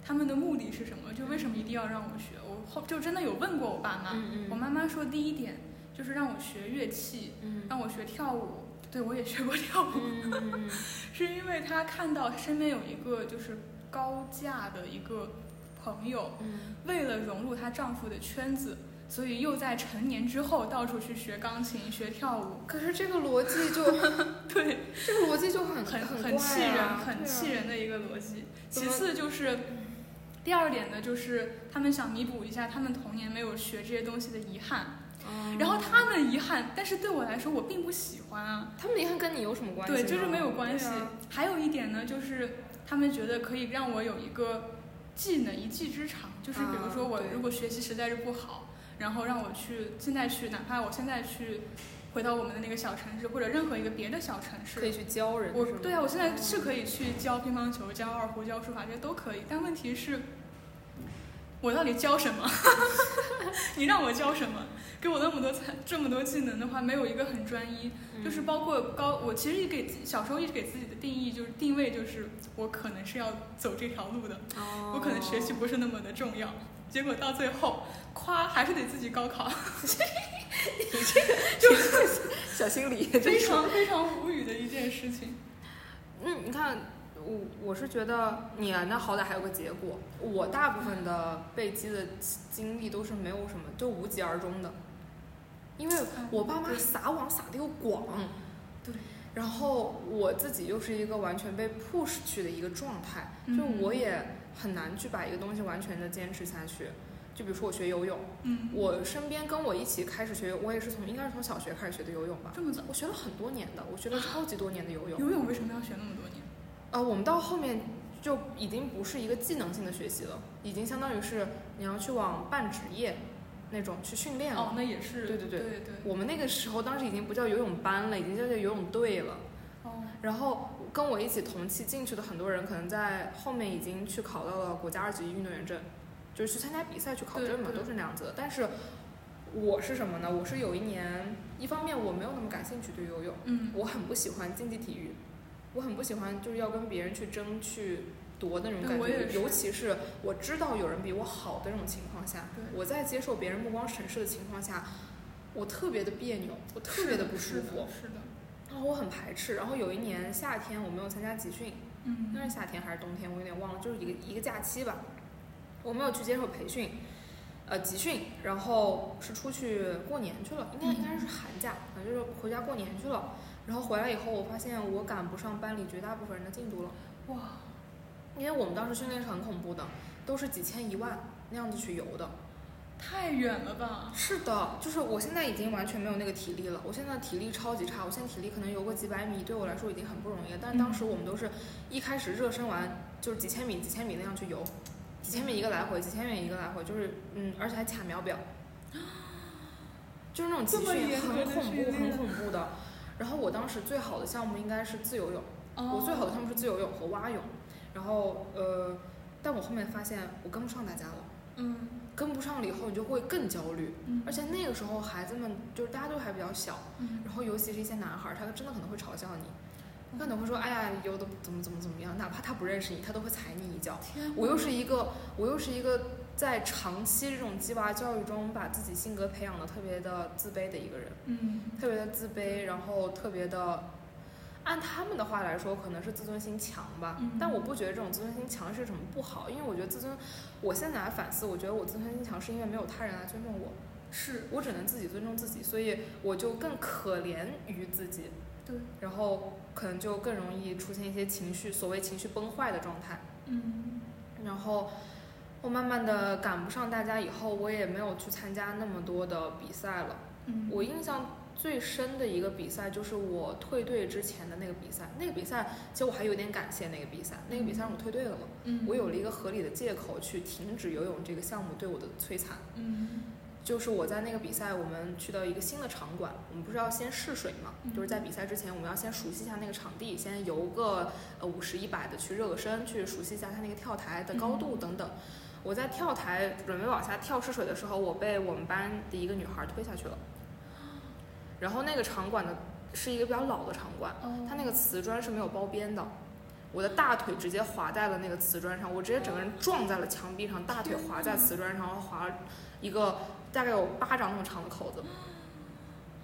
S2: 他们的目的是什么？就为什么一定要让我学？我后就真的有问过啊我爸妈，
S1: 嗯
S2: 我妈妈说第一点就是让我学乐器，
S1: 嗯
S2: 让我学跳舞。对我也学过跳舞，
S1: 嗯嗯
S2: 是因为他看到身边有一个就是高价的一个朋友，
S1: 嗯
S2: 为了融入她丈夫的圈子，所以又在成年之后到处去学钢琴、学跳舞。
S1: 可是这个逻辑就
S2: 对，
S1: 这个逻辑就很
S2: 很
S1: 很
S2: 很气
S1: 怪
S2: 人，
S1: 啊
S2: 很
S1: 对啊
S2: 气人的一个逻辑。
S1: 怎
S2: 其
S1: 么
S2: 次就是第二点呢，就是他们想弥补一下他们童年没有学这些东西的遗憾。
S1: 哦
S2: 然后他们遗憾，但是对我来说我并不喜欢啊。
S1: 他们也很跟你有什么关系呢？
S2: 对，就是没有关系。
S1: 对啊
S2: 还有一点呢，就是他们觉得可以让我有一个技能一技之长，就是比如说
S1: 啊
S2: 我
S1: 对
S2: 如果学习实在是不好，然后让我去现在去，哪怕我现在去回到我们的那个小城市或者任何一个别的小城
S1: 可以
S2: 市。
S1: 去教人。
S2: 我
S1: 是吗
S2: 对啊，我现在是可以去教乒乓球、教二胡、教书法，这些都可以。但问题是，我到底教 什么？你让我教什么？给我那么多才这么多技能的话，没有一个很专一。
S1: 嗯
S2: 就是包括高，我其实也给自己小时候一直给自己的定义就是定位就是我可能是要走这条路的，
S1: 哦
S2: 我可能学习不是那么的重要。结果到最后，夸还是得自己高 考，
S1: 小心 理
S2: 非常非常无语的一件事情。
S1: 嗯，你看，我我是觉得你啊，那好歹还有个结果。我大部分的被击的经历都是没有什么，就无疾而终的，因为我爸妈
S2: 对
S1: 撒网撒的又广，
S2: 对，
S1: 然后我自己又是一个完全被 push 去的一个状态，就
S2: 嗯
S1: 我也很难去把一个东西完全的坚持下去。就比如说我学游泳，
S2: 嗯，
S1: 我身边跟我一起开始学游，我也是从应该是从小学开始学的游泳吧，
S2: 这么早
S1: 我学了很多年的，我学
S2: 啊
S1: 了超级多年的游泳。
S2: 游泳为什么要学那么多年？
S1: 呃，我们到后面就已经不是一个技能性的学习了，已经相当于是你要去往半职业那种去训练了。
S2: 哦，那也是
S1: 对
S2: 对
S1: 对对
S2: 对
S1: 我们那个时候当时已经不叫游泳班了，已经叫做游泳队了。
S2: 哦，
S1: 然后跟我一起同期进去的很多人，可能在后面已经去考到了国家二级运动员证，就是去参加比赛去考
S2: 对
S1: 证嘛，
S2: 对
S1: 都是那样子的。但是我是什么呢？我是有一年，一方面我没有那么感兴趣对游泳，
S2: 嗯
S1: 我很不喜欢竞技体育，我很不喜欢就是要跟别人去争去夺的那种
S2: 对
S1: 感
S2: 我也
S1: 觉，
S2: 是
S1: 尤其是我知道有人比我好的那种情况下
S2: 对，
S1: 我在接受别人目光审视的情况下，我特别的别扭，我特别的不舒
S2: 是
S1: 服，
S2: 是的，
S1: 然后我很排斥。然后有一年夏天我没有参加集训，应该
S2: 嗯
S1: 是夏天还是冬天，我有点忘了，就是一个一个假期吧，我没有去接受培训，呃，集训，然后是出去过年去了，应该
S2: 嗯
S1: 应该是寒假，反正就是回家过年去了。然后回来以后，我发现我赶不上班里绝大部分人的进度了，
S2: 哇，
S1: 因为我们当时训练是很恐怖的，都是几千一万那样子去游的。
S2: 太远了吧？
S1: 是的，就是我现在已经完全没有那个体力了，我现在体力超级差，我现在体力可能游个几百米对我来说已经很不容易了，但是当
S2: 嗯
S1: 时我们都是一开始热身完就是几千米几千米那样去游，几千米一个来回，几千米一个来回，就是嗯，而且还卡秒表，就是那种集
S2: 这么
S1: 训
S2: 严格
S1: 很
S2: 的
S1: 恐
S2: 训
S1: 怖
S2: 练
S1: 很恐怖的。然后我当时最好的项目应该是自由泳，
S2: 哦
S1: 我最好的项目是自由泳和蛙泳，然后呃，但我后面发现我跟不上大家了，
S2: 嗯
S1: 跟不上了以后你就会更焦虑，
S2: 嗯
S1: 而且那个时候孩子们就是大家都还比较小，
S2: 嗯
S1: 然后尤其是一些男孩儿，他真的可能会嘲笑你，他可能会说哎呀有的怎么怎么怎么样，哪怕他不认识你，他都会踩你一脚。
S2: 天
S1: 我又是一个，我又是一个在长期这种鸡娃教育中把自己性格培养的特别的自卑的一个人，
S2: 嗯
S1: 特别的自卑，然后特别的，按他们的话来说，可能是自尊心强吧。
S2: 嗯
S1: 但我不觉得这种自尊心强是什么不好，因为我觉得自尊，我现在来反思，我觉得我自尊心强是因为没有他人来尊重我，
S2: 是
S1: 我只能自己尊重自己，所以我就更可怜于自己。
S2: 对，
S1: 然后可能就更容易出现一些情绪，所谓情绪崩坏的状态。
S2: 嗯
S1: 然后我慢慢的赶不上大家以后，我也没有去参加那么多的比赛了。
S2: 嗯
S1: 我印象最深的一个比赛就是我退队之前的那个比赛，那个比赛其实我还有点感谢那个比赛，那个比赛让我退队了嘛，
S2: 嗯
S1: 我有了一个合理的借口去停止游泳这个项目对我的摧残。
S2: 嗯
S1: 就是我在那个比赛，我们去到一个新的场馆，我们不是要先试水嘛？
S2: 嗯
S1: 就是在比赛之前，我们要先熟悉一下那个场地，先游个呃五十、一百的去热个身，去熟悉一下它那个跳台的高度等等。我在跳台准备往下跳试水的时候，我被我们班的一个女孩推下去了。然后那个场馆的是一个比较老的场馆，
S2: 哦
S1: 它那个瓷砖是没有包边的，我的大腿直接滑在了那个瓷砖上，我直接整个人撞在了墙壁上，大腿滑在瓷砖上，然后滑了一个大概有巴掌那么长的口子，
S2: 哦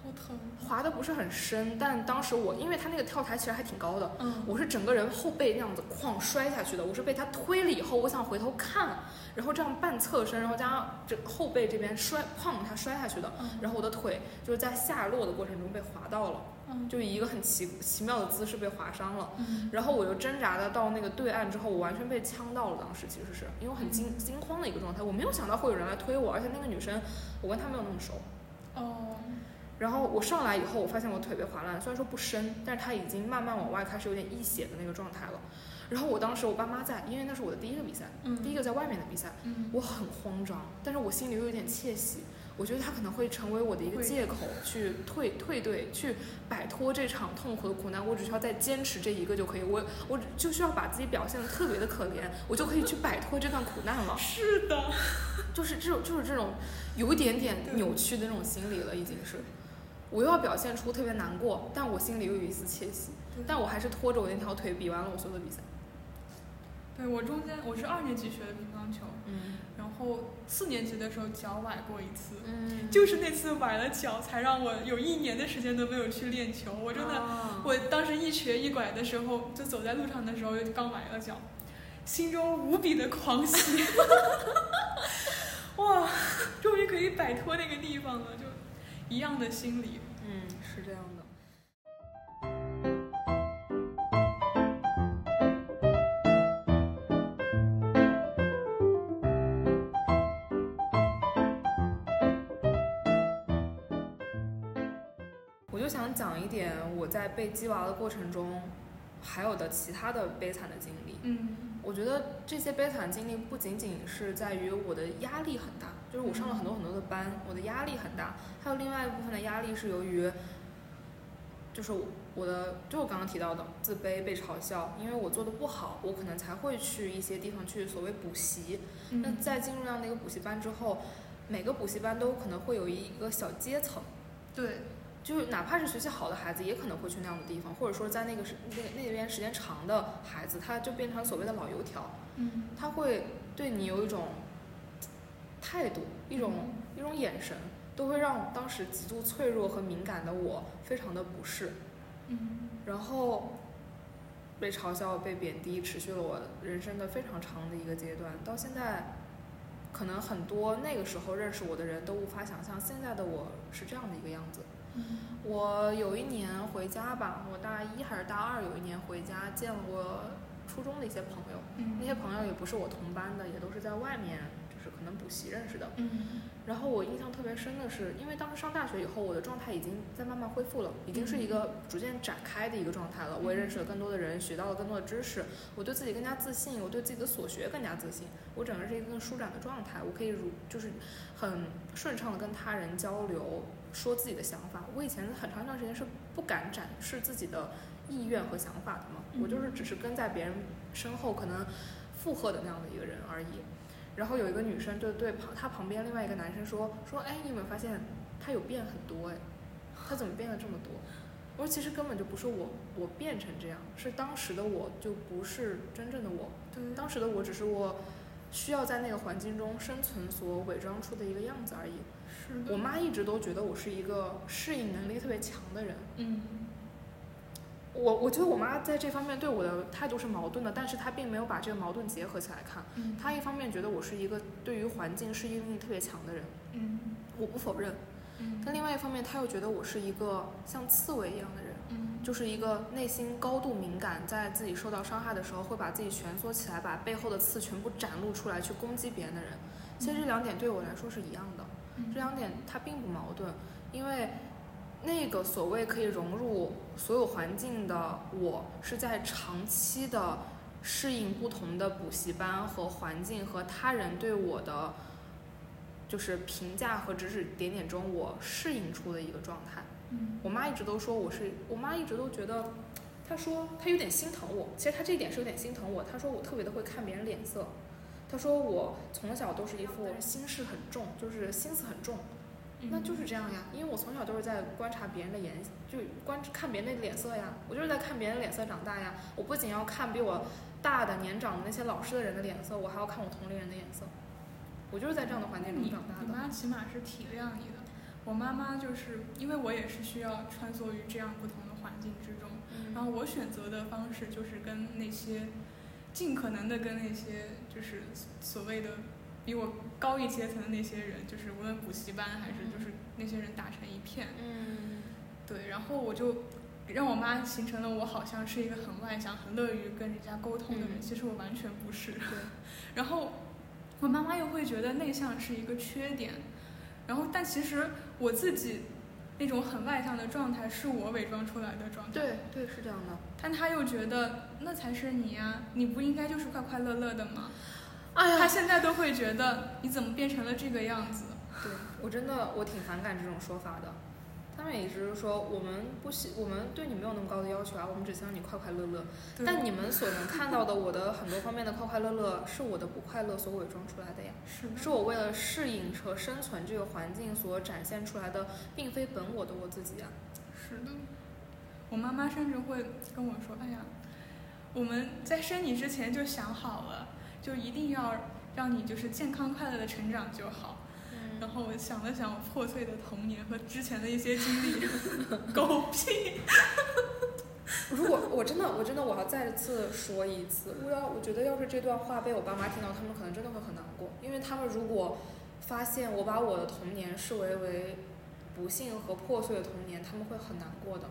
S2: 好疼
S1: 滑的不是很深，但当时我因为它那个跳台其实还挺高的，
S2: 嗯
S1: 我是整个人后背那样子哐摔下去的，我是被他推了以后，我想回头看，然后这样半侧身，然后加上这后背这边摔哐一下摔下去的，
S2: 嗯
S1: 然后我的腿就是在下落的过程中被滑到了，
S2: 嗯
S1: 就以一个很奇奇妙的姿势被划伤了。
S2: 嗯
S1: 然后我又挣扎的到那个对岸之后，我完全被呛到了。当时其实是因为我很惊惊慌的一个状态，我没有想到会有人来推我，而且那个女生我跟她没有那么熟。
S2: 哦
S1: 然后我上来以后，我发现我腿被划烂，虽然说不深，但是它已经慢慢往外开始有点溢血的那个状态了。然后我当时我爸妈在，因为那是我的第一个比赛，
S2: 嗯
S1: 第一个在外面的比赛，
S2: 嗯
S1: 我很慌张，但是我心里又有点窃喜，我觉得它可能会成为我的一个
S2: 会的
S1: 借口，去退退队，去摆脱这场痛苦的苦难。我只需要再坚持这一个就可以，我我就需要把自己表现的特别的可怜，我就可以去摆脱这段苦难了。
S2: 是的
S1: 就是这种就是这种有一点点
S2: 对
S1: 扭曲的那种心理了，已经是。我又要表现出特别难过，但我心里又有一丝窃喜
S2: 对，
S1: 但我还是拖着我那条腿比完了我所有的比赛。
S2: 对我中间我是二年级学的乒乓球，
S1: 嗯
S2: 然后四年级的时候脚崴过一次。
S1: 嗯
S2: 就是那次崴了脚，才让我有一年的时间都没有去练球。我真的，
S1: 的，
S2: 我当时一瘸一拐的时候，就走在路上的时候就刚崴了脚，心中无比的狂喜， 哇，终于可以摆脱那个地方了，就一样的心理。
S1: 嗯，是这样的。我就想讲一点我在被鸡娃的过程中，还有的其他的悲惨的经历。
S2: 嗯
S1: 我觉得这些悲惨经历不仅仅是在于我的压力很大，就是我上了很多很多的班，我的压力很大，还有另外一部分的压力是由于，就是我的，就我刚刚提到的自卑、被嘲笑，因为我做的不好，我可能才会去一些地方去所谓补习。那
S2: 嗯
S1: 在进入到那个补习班之后，每个补习班都可能会有一个小阶层。
S2: 对，
S1: 就是哪怕是学习好的孩子，也可能会去那样的地方，或者说在那个时那个那边时间长的孩子，他就变成所谓的老油条，
S2: 嗯，
S1: 他会对你有一种态度，一种、一种眼神，都会让当时极度脆弱和敏感的我非常的不适，
S2: 嗯
S1: 然后被嘲笑、被贬低，持续了我人生的非常长的一个阶段，到现在。可能很多那个时候认识我的人都无法想象现在的我是这样的一个样子。
S2: 嗯
S1: 我有一年回家吧，我大一还是大二，有一年回家见了我初中的一些朋友，那
S2: 嗯
S1: 些朋友也不是我同班的，也都是在外面，就是可能补习认识的。
S2: 嗯
S1: 然后我印象特别深的是，因为当时上大学以后，我的状态已经在慢慢恢复了，已经是一个逐渐展开的一个状态了。我也认识了更多的人，学到了更多的知识，我对自己更加自信，我对自己的所学更加自信，我整个人是一个更舒展的状态，我可以如就是很顺畅的跟他人交流，说自己的想法。我以前很长一段时间是不敢展示自己的意愿和想法的嘛，
S2: 嗯
S1: 我就是只是跟在别人身后可能附和的那样的一个人而已。然后有一个女生就对旁她旁边另外一个男生说说，哎，你有没有发现他有变很多哎，他怎么变了这么多？我说其实根本就不是我我变成这样，是当时的我就不是真正的我，
S2: 对，
S1: 当时的我只是我需要在那个环境中生存所伪装出的一个样子而已。
S2: 是的，
S1: 我妈一直都觉得我是一个适应能力特别强的人，
S2: 嗯，
S1: 我我觉得我妈在这方面对我的态度是矛盾的，但是她并没有把这个矛盾结合起来看。
S2: 嗯，
S1: 她一方面觉得我是一个对于环境适应力特别强的人，
S2: 嗯，
S1: 我不否认，
S2: 嗯，
S1: 但另外一方面她又觉得我是一个像刺猬一样的人。
S2: 嗯，
S1: 就是一个内心高度敏感，在自己受到伤害的时候，会把自己蜷缩起来，把背后的刺全部展露出来，去攻击别人的人。其实这两点对我来说是一样的，
S2: 嗯
S1: 这两点它并不矛盾，因为那个所谓可以融入所有环境的我，是在长期的适应不同的补习班和环境和他人对我的就是评价和指指点点中，我适应出的一个状态。
S2: 嗯，
S1: 我妈一直都说我是，我妈一直都觉得，她说她有点心疼我，其实她这一点是有点心疼我。她说我特别的会看别人脸色，她说我从小都是一副心事很重，就是心思很重，
S2: 嗯
S1: 那就是这样呀，因为我从小都是在观察别人的眼，就观看别人的脸色呀，我就是在看别人脸色长大呀。我不仅要看比我大的年长的那些老师的人的脸色，我还要看我同龄人的眼色。我就是在这样的环境中
S2: 你
S1: 长大
S2: 你
S1: 的。
S2: 妈起码是体谅你的，我妈妈就是因为我也是需要穿梭于这样不同的环境之中，然后我选择的方式就是跟那些尽可能的跟那些就是所谓的比我高一阶层的那些人，就是无论补习班还是就是那些人打成一片，
S1: 嗯
S2: 对，然后我就让我妈形成了我好像是一个很外向、很乐于跟人家沟通的人，
S1: 嗯
S2: 其实我完全不是。
S1: 对，
S2: 然后我妈妈又会觉得内向是一个缺点，然后但其实我自己那种很外向的状态是我伪装出来的状态，
S1: 对对，是这样的。
S2: 但她又觉得那才是你呀、你不应该就是快快乐乐的 吗？
S1: 哎呀
S2: 她现在都会觉得你怎么变成了这个样子？
S1: 对我真的我挺反感这种说法的。他们也一直说我们不希，我们对你没有那么高的要求啊，我们只希望你快快乐乐。
S2: 对
S1: 但你们所能看到的我的很多方面的快快乐乐，是我的不快乐所伪装出来的呀，
S2: 是
S1: 是
S2: 的，
S1: 我为了适应和生存这个环境所展现出来的，并非本我的我自己啊。
S2: 是的。我妈妈甚至会跟我说：“哎呀，我们在生你之前就想好了，就一定要让你就是健康快乐的成长就好。”
S1: 嗯
S2: 然后我想了想我破碎的童年和之前的一些经 历，狗屁！
S1: 如果我真的，我真的，我要再次说一次，我要，我觉得要是这段话被我爸妈听到，他们可能真的会很难过，因为他们如果发现我把我的童年视为为不幸和破碎的童年，他们会很难过的，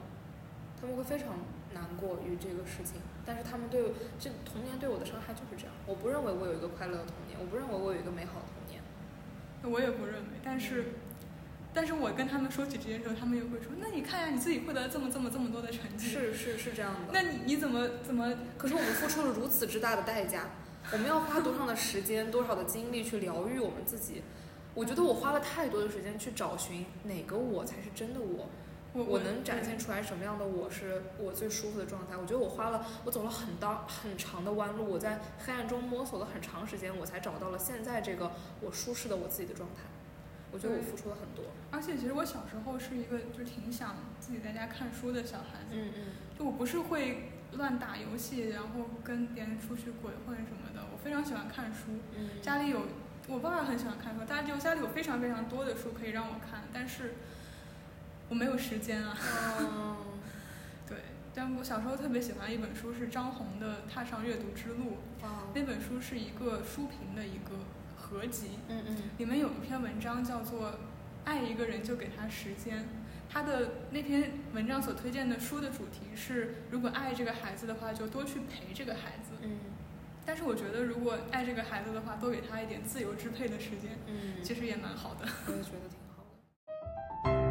S1: 他们会非常难过于这个事情。但是他们对这童年对我的伤害就是这样，我不认为我有一个快乐的童年，我不认为我有一个美好的童年。
S2: 我也不认为，但
S1: 嗯
S2: 是，但是我跟他们说起这些时候，他们又会说：“那你看呀、你自己获得了这么这么这么多的成绩，
S1: 是是是这样的。
S2: 那你你怎么怎么
S1: 可是我们付出了如此之大的代价，我们要花多长的时间、多少的精力去疗愈我们自己？我觉得我花了太多的时间去找寻哪个我才是真的我，
S2: 我
S1: 嗯我能展现出来什么样的我是我最舒服的状态。我觉得我花了，我走了很当很长的弯路，我在黑暗中摸索了很长时间，我才找到了现在这个我舒适的我自己的状态。我觉得我
S2: 对
S1: 付出了很多。
S2: 而且其实我小时候是一个就挺想自己在家看书的小孩子，
S1: 嗯嗯
S2: 就我不是会乱打游戏，然后跟别人出去鬼混什么的，我非常喜欢看书。
S1: 嗯
S2: 家里有，我爸爸很喜欢看书，大家就家里有非常非常多的书可以让我看，但是我没有时间啊。
S1: 嗯，
S2: 对，但我小时候特别喜欢一本书是张红的《踏上阅读之路》，
S1: 哇，
S2: 那本书是一个书评的一个合集，
S1: 嗯嗯
S2: 里面有一篇文章叫做《爱一个人就给他时间》。他的那篇文章所推荐的书的主题是，如果爱这个孩子的话，就多去陪这个孩子。
S1: 嗯
S2: 但是我觉得，如果爱这个孩子的话，多给他一点自由支配的时间，
S1: 嗯，
S2: 其实也蛮好的。
S1: 我也觉得挺好的。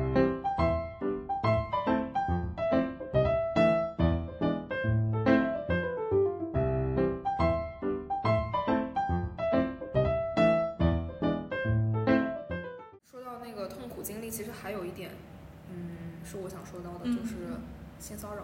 S1: 说到那个痛苦经历，其实还有一点，嗯，是我想说到的，
S2: 嗯
S1: 就是性骚扰。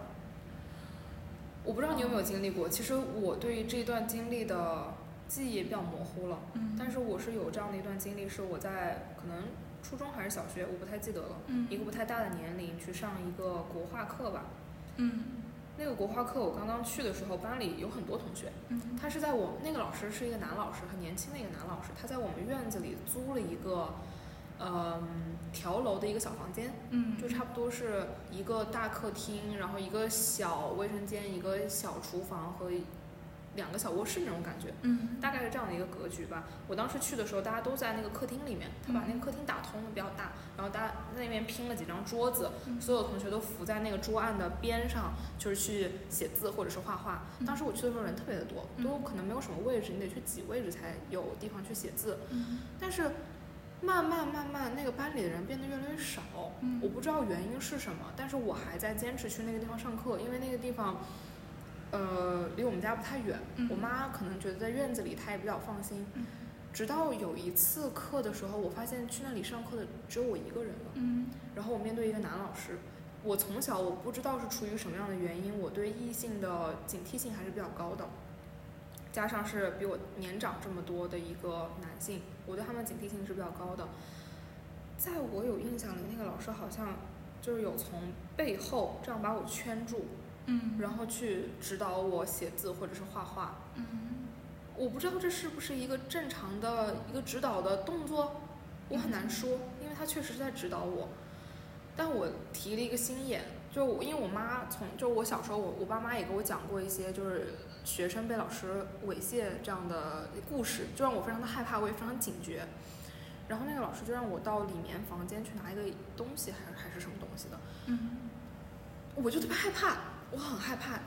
S1: 我不知道你有没有经历过，其实我对这段经历的记忆也比较模糊了，
S2: 嗯
S1: 但是我是有这样的一段经历，是我在可能初中还是小学，我不太记得了，
S2: 嗯
S1: 一个不太大的年龄去上一个国画课吧。
S2: 嗯
S1: 那个国画课我刚刚去的时候，班里有很多同学，
S2: 嗯
S1: 他是在我那个老师是一个男老师，很年轻的一个男老师，他在我们院子里租了一个，嗯，条楼的一个小房间，
S2: 嗯，
S1: 就差不多是一个大客厅，然后一个小卫生间，一个小厨房和两个小卧室那种感觉，
S2: 嗯
S1: 大概是这样的一个格局吧。我当时去的时候，大家都在那个客厅里面，他把那个客厅打通的比较大，然后大家那边拼了几张桌子，
S2: 嗯
S1: 所有同学都伏在那个桌案的边上，就是去写字或者是画画。
S2: 嗯
S1: 当时我去的时候人特别的多，
S2: 嗯
S1: 都可能没有什么位置，你得去挤位置才有地方去写字。
S2: 嗯
S1: 但是慢慢慢慢，那个班里的人变得越来越少，
S2: 嗯
S1: 我不知道原因是什么，但是我还在坚持去那个地方上课，因为那个地方，呃，离我们家不太远，
S2: 嗯
S1: 我妈可能觉得在院子里她也比较放心。
S2: 嗯
S1: 直到有一次课的时候，我发现去那里上课的只有我一个人了。
S2: 嗯
S1: 然后我面对一个男老师，我从小我不知道是出于什么样的原因，我对异性的警惕性还是比较高的，加上是比我年长这么多的一个男性，我对他们警惕性是比较高的。在我有印象里，那个老师好像就是有从背后这样把我圈住，
S2: 嗯，
S1: 然后去指导我写字或者是画画。
S2: 嗯
S1: 我不知道这是不是一个正常的一个指导的动作，我很难说，因为他确实是在指导我。但我提了一个心眼，就我因为我妈从就我小时候我我爸妈也给我讲过一些就是学生被老师猥亵这样的故事，就让我非常的害怕，我也非常警觉。然后那个老师就让我到里面房间去拿一个东西，还是还是什么东西的，
S2: 嗯
S1: 我就特别害怕，我很害怕，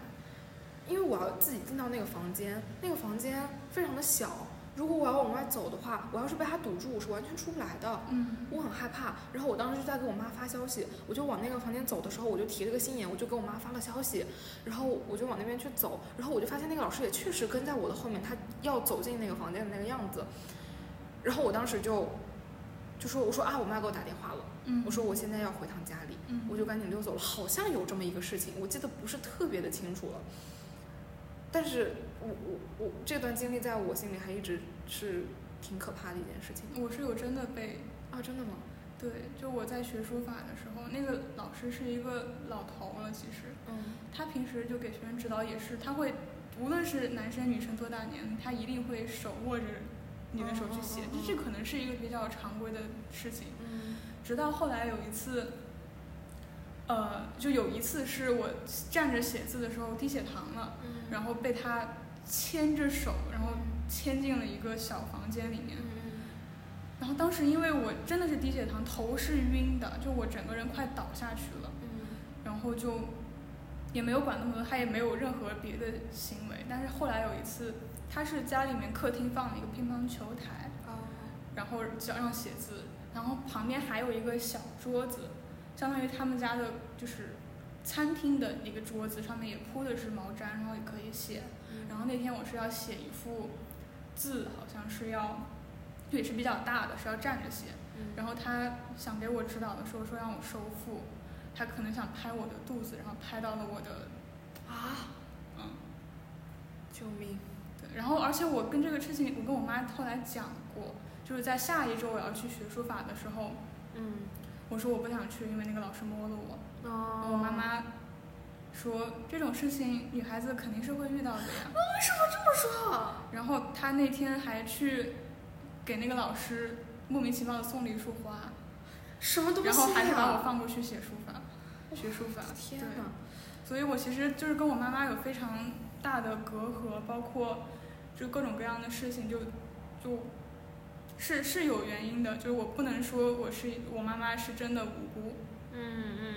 S1: 因为我要自己进到那个房间，那个房间非常的小，如果我要往外走的话，我要是被它堵住，我是完全出不来的。
S2: 嗯
S1: 我很害怕，然后我当时就在给我妈发消息，我就往那个房间走的时候，我就提了个心眼，我就给我妈发了消息，然后我就往那边去走，然后我就发现那个老师也确实跟在我的后面，他要走进那个房间的那个样子，然后我当时就就说我说啊，我妈给我打电话了，
S2: 嗯，
S1: 我说我现在要回趟家里，
S2: 嗯
S1: 我就赶紧溜走了。好像有这么一个事情，我记得不是特别的清楚了。但是我我我这段经历在我心里还一直是挺可怕的一件事情
S2: 我是有真的被
S1: 啊！真的吗？
S2: 对，就我在学书法的时候，那个老师是一个老头了，其实
S1: 嗯
S2: 他平时就给学生指导也是，他会无论是男生女生多大年龄，他一定会手握着你的手去写
S1: 哦哦哦，
S2: 这
S1: 哦
S2: 这可能是一个比较常规的事情。
S1: 嗯
S2: 直到后来有一次，呃，就有一次是我站着写字的时候低血糖了，
S1: 嗯
S2: 然后被他牵着手，然后牵进了一个小房间里面。
S1: 嗯
S2: 然后当时因为我真的是低血糖，头是晕的，就我整个人快倒下去了，
S1: 嗯
S2: 然后就也没有管那么多，他也没有任何别的行为。但是后来有一次，他是家里面客厅放了一个乒乓球台，
S1: 呃
S2: 然后脚上写字，然后旁边还有一个小桌子，相当于他们家的就是餐厅的一个桌子，上面也铺的是毛毡，然后也可以写。
S1: 嗯
S2: 然后那天我是要写一幅字，好像是要也是比较大的，是要站着写。然后他想给我指导的时候说让我收腹，他可能想拍我的肚子，然后拍到了我的
S1: 后啊，
S2: 嗯。
S1: 救命！
S2: 对，然后而且我跟这个事情，我跟我妈后来讲过，就是在下一周我要去学书法的时候，
S1: 嗯
S2: 我说我不想去，因为那个老师摸了我。然
S1: 哦
S2: 后我妈妈说这种事情女孩子肯定是会遇到的呀。
S1: 啊
S2: 然后她那天还去给那个老师莫名其妙的送了一束花，
S1: 什么东西
S2: 然后还是把我
S1: 呀？
S2: 放过去写书法，学书法。
S1: 啊天
S2: 对
S1: 哪！
S2: 所以我其实就是跟我妈妈有非常大的隔阂，包括就各种各样的事情就，就是是有原因的，就是我不能说我是我妈妈是真的无辜。
S1: 嗯嗯，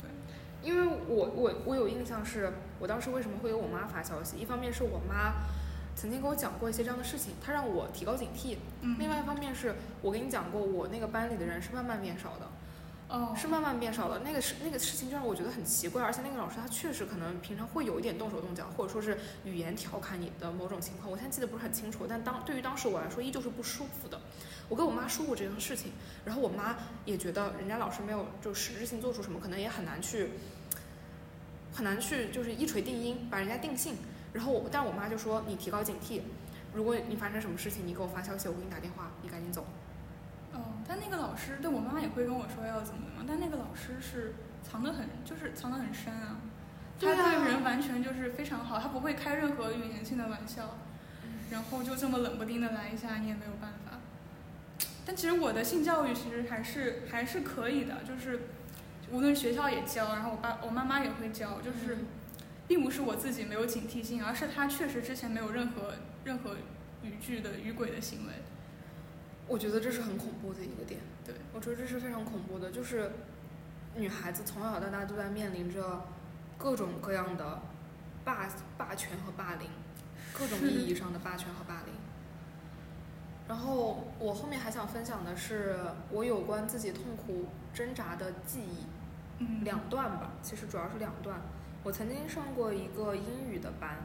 S2: 对
S1: 因为我我我有印象是，我当时为什么会给我妈发消息？一方面是我妈曾经跟我讲过一些这样的事情，她让我提高警惕；
S2: 嗯，
S1: 另外一方面是我跟你讲过，我那个班里的人是慢慢变少的。
S2: 哦，
S1: 是慢慢变少的。那个是那个事情，就让我觉得很奇怪，而且那个老师他确实可能平常会有一点动手动脚，或者说是语言调侃你的某种情况。我现在记得不是很清楚，但当对于当时我来说，依旧是不舒服的。我跟我妈说过这件事情，然后我妈也觉得人家老师没有就实质性做出什么，可能也很难去很难去就是一锤定音把人家定性。然后我，但我妈就说你提高警惕，如果你发生什么事情，你给我发消息，我给你打电话，你赶紧走。
S2: 哦，但那个老师，对我妈也会跟我说要怎么怎么，但那个老师是藏得很，就是藏得很深啊。
S1: 对
S2: 他
S1: 啊
S2: 对人完全就是非常好，他不会开任何语言性的玩笑，
S1: 嗯
S2: 然后就这么冷不丁的来一下，你也没有办法。但其实我的性教育其实还是还是可以的，就是无论学校也教，然后我爸我妈妈也会教，就是
S1: 嗯
S2: 并不是我自己没有警惕性，而是他确实之前没有任何任何语句的语鬼的行为。
S1: 我觉得这是很恐怖的一个点。
S2: 对，
S1: 我觉得这是非常恐怖的，就是女孩子从小到大都在面临着各种各样的霸霸权和霸凌，各种意义上的霸权和霸凌。然后我后面还想分享的是我有关自己痛苦挣扎的记忆。
S2: 嗯，
S1: 两段吧，其实主要是两段。我曾经上过一个英语的班，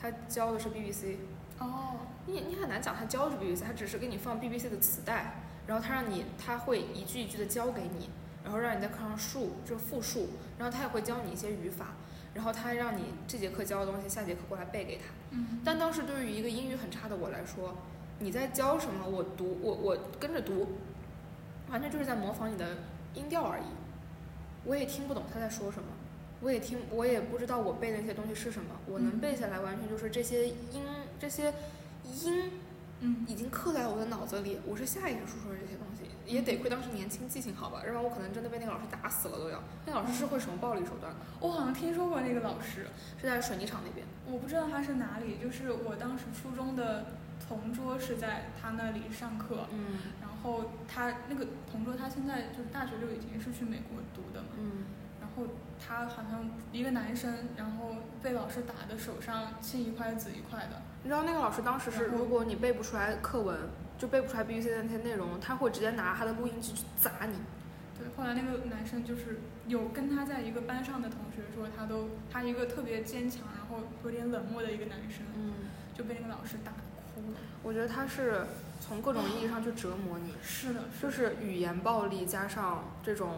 S1: 他教的是 BBC，
S2: 哦，
S1: 你你很难讲他教的是 BBC，他只是给你放 BBC 的磁带，然后他让你他会一句一句的教给你，然后让你在课上述就是复述，然后他也会教你一些语法，然后他让你这节课教的东西下节课过来背给他。
S2: 嗯，
S1: 但当时对于一个英语很差的我来说，你在教什么，我读我我跟着读，完全就是在模仿你的音调而已。我也听不懂他在说什么，我也听我也不知道我背的那些东西是什么。我能
S2: 嗯
S1: 背下来，完全就是这些音这些音
S2: 嗯，
S1: 已经刻在我的脑子里，我是下意识说出这些东西。也得亏当时年轻记性好吧，要不然我可能真的被那个老师打死了都要。那老师是会使用暴力手段的，
S2: 我好像听说过那个老师，
S1: 是在水泥厂那边。
S2: 我不知道他是哪里，就是我当时初中的同桌是在他那里上课，
S1: 嗯
S2: 然后他那个同桌他现在就是大学就已经是去美国读的嘛，
S1: 嗯，
S2: 然后他好像一个男生，然后被老师打的手上青一块紫一块的，
S1: 你知道那个老师当时是，
S2: 然
S1: 如
S2: 后
S1: 果你背不出来课文，就背不出来 BBC 的那些内容，他会直接拿他的录音机去砸你。
S2: 对，后来那个男生就是有跟他在一个班上的同学说，他都他一个特别坚强，然后有点冷漠的一个男生，
S1: 嗯，
S2: 就被那个老师打得哭了。
S1: 我觉得他是从各种意义上去折磨你，
S2: 是的，
S1: 就是是语言暴力加上这种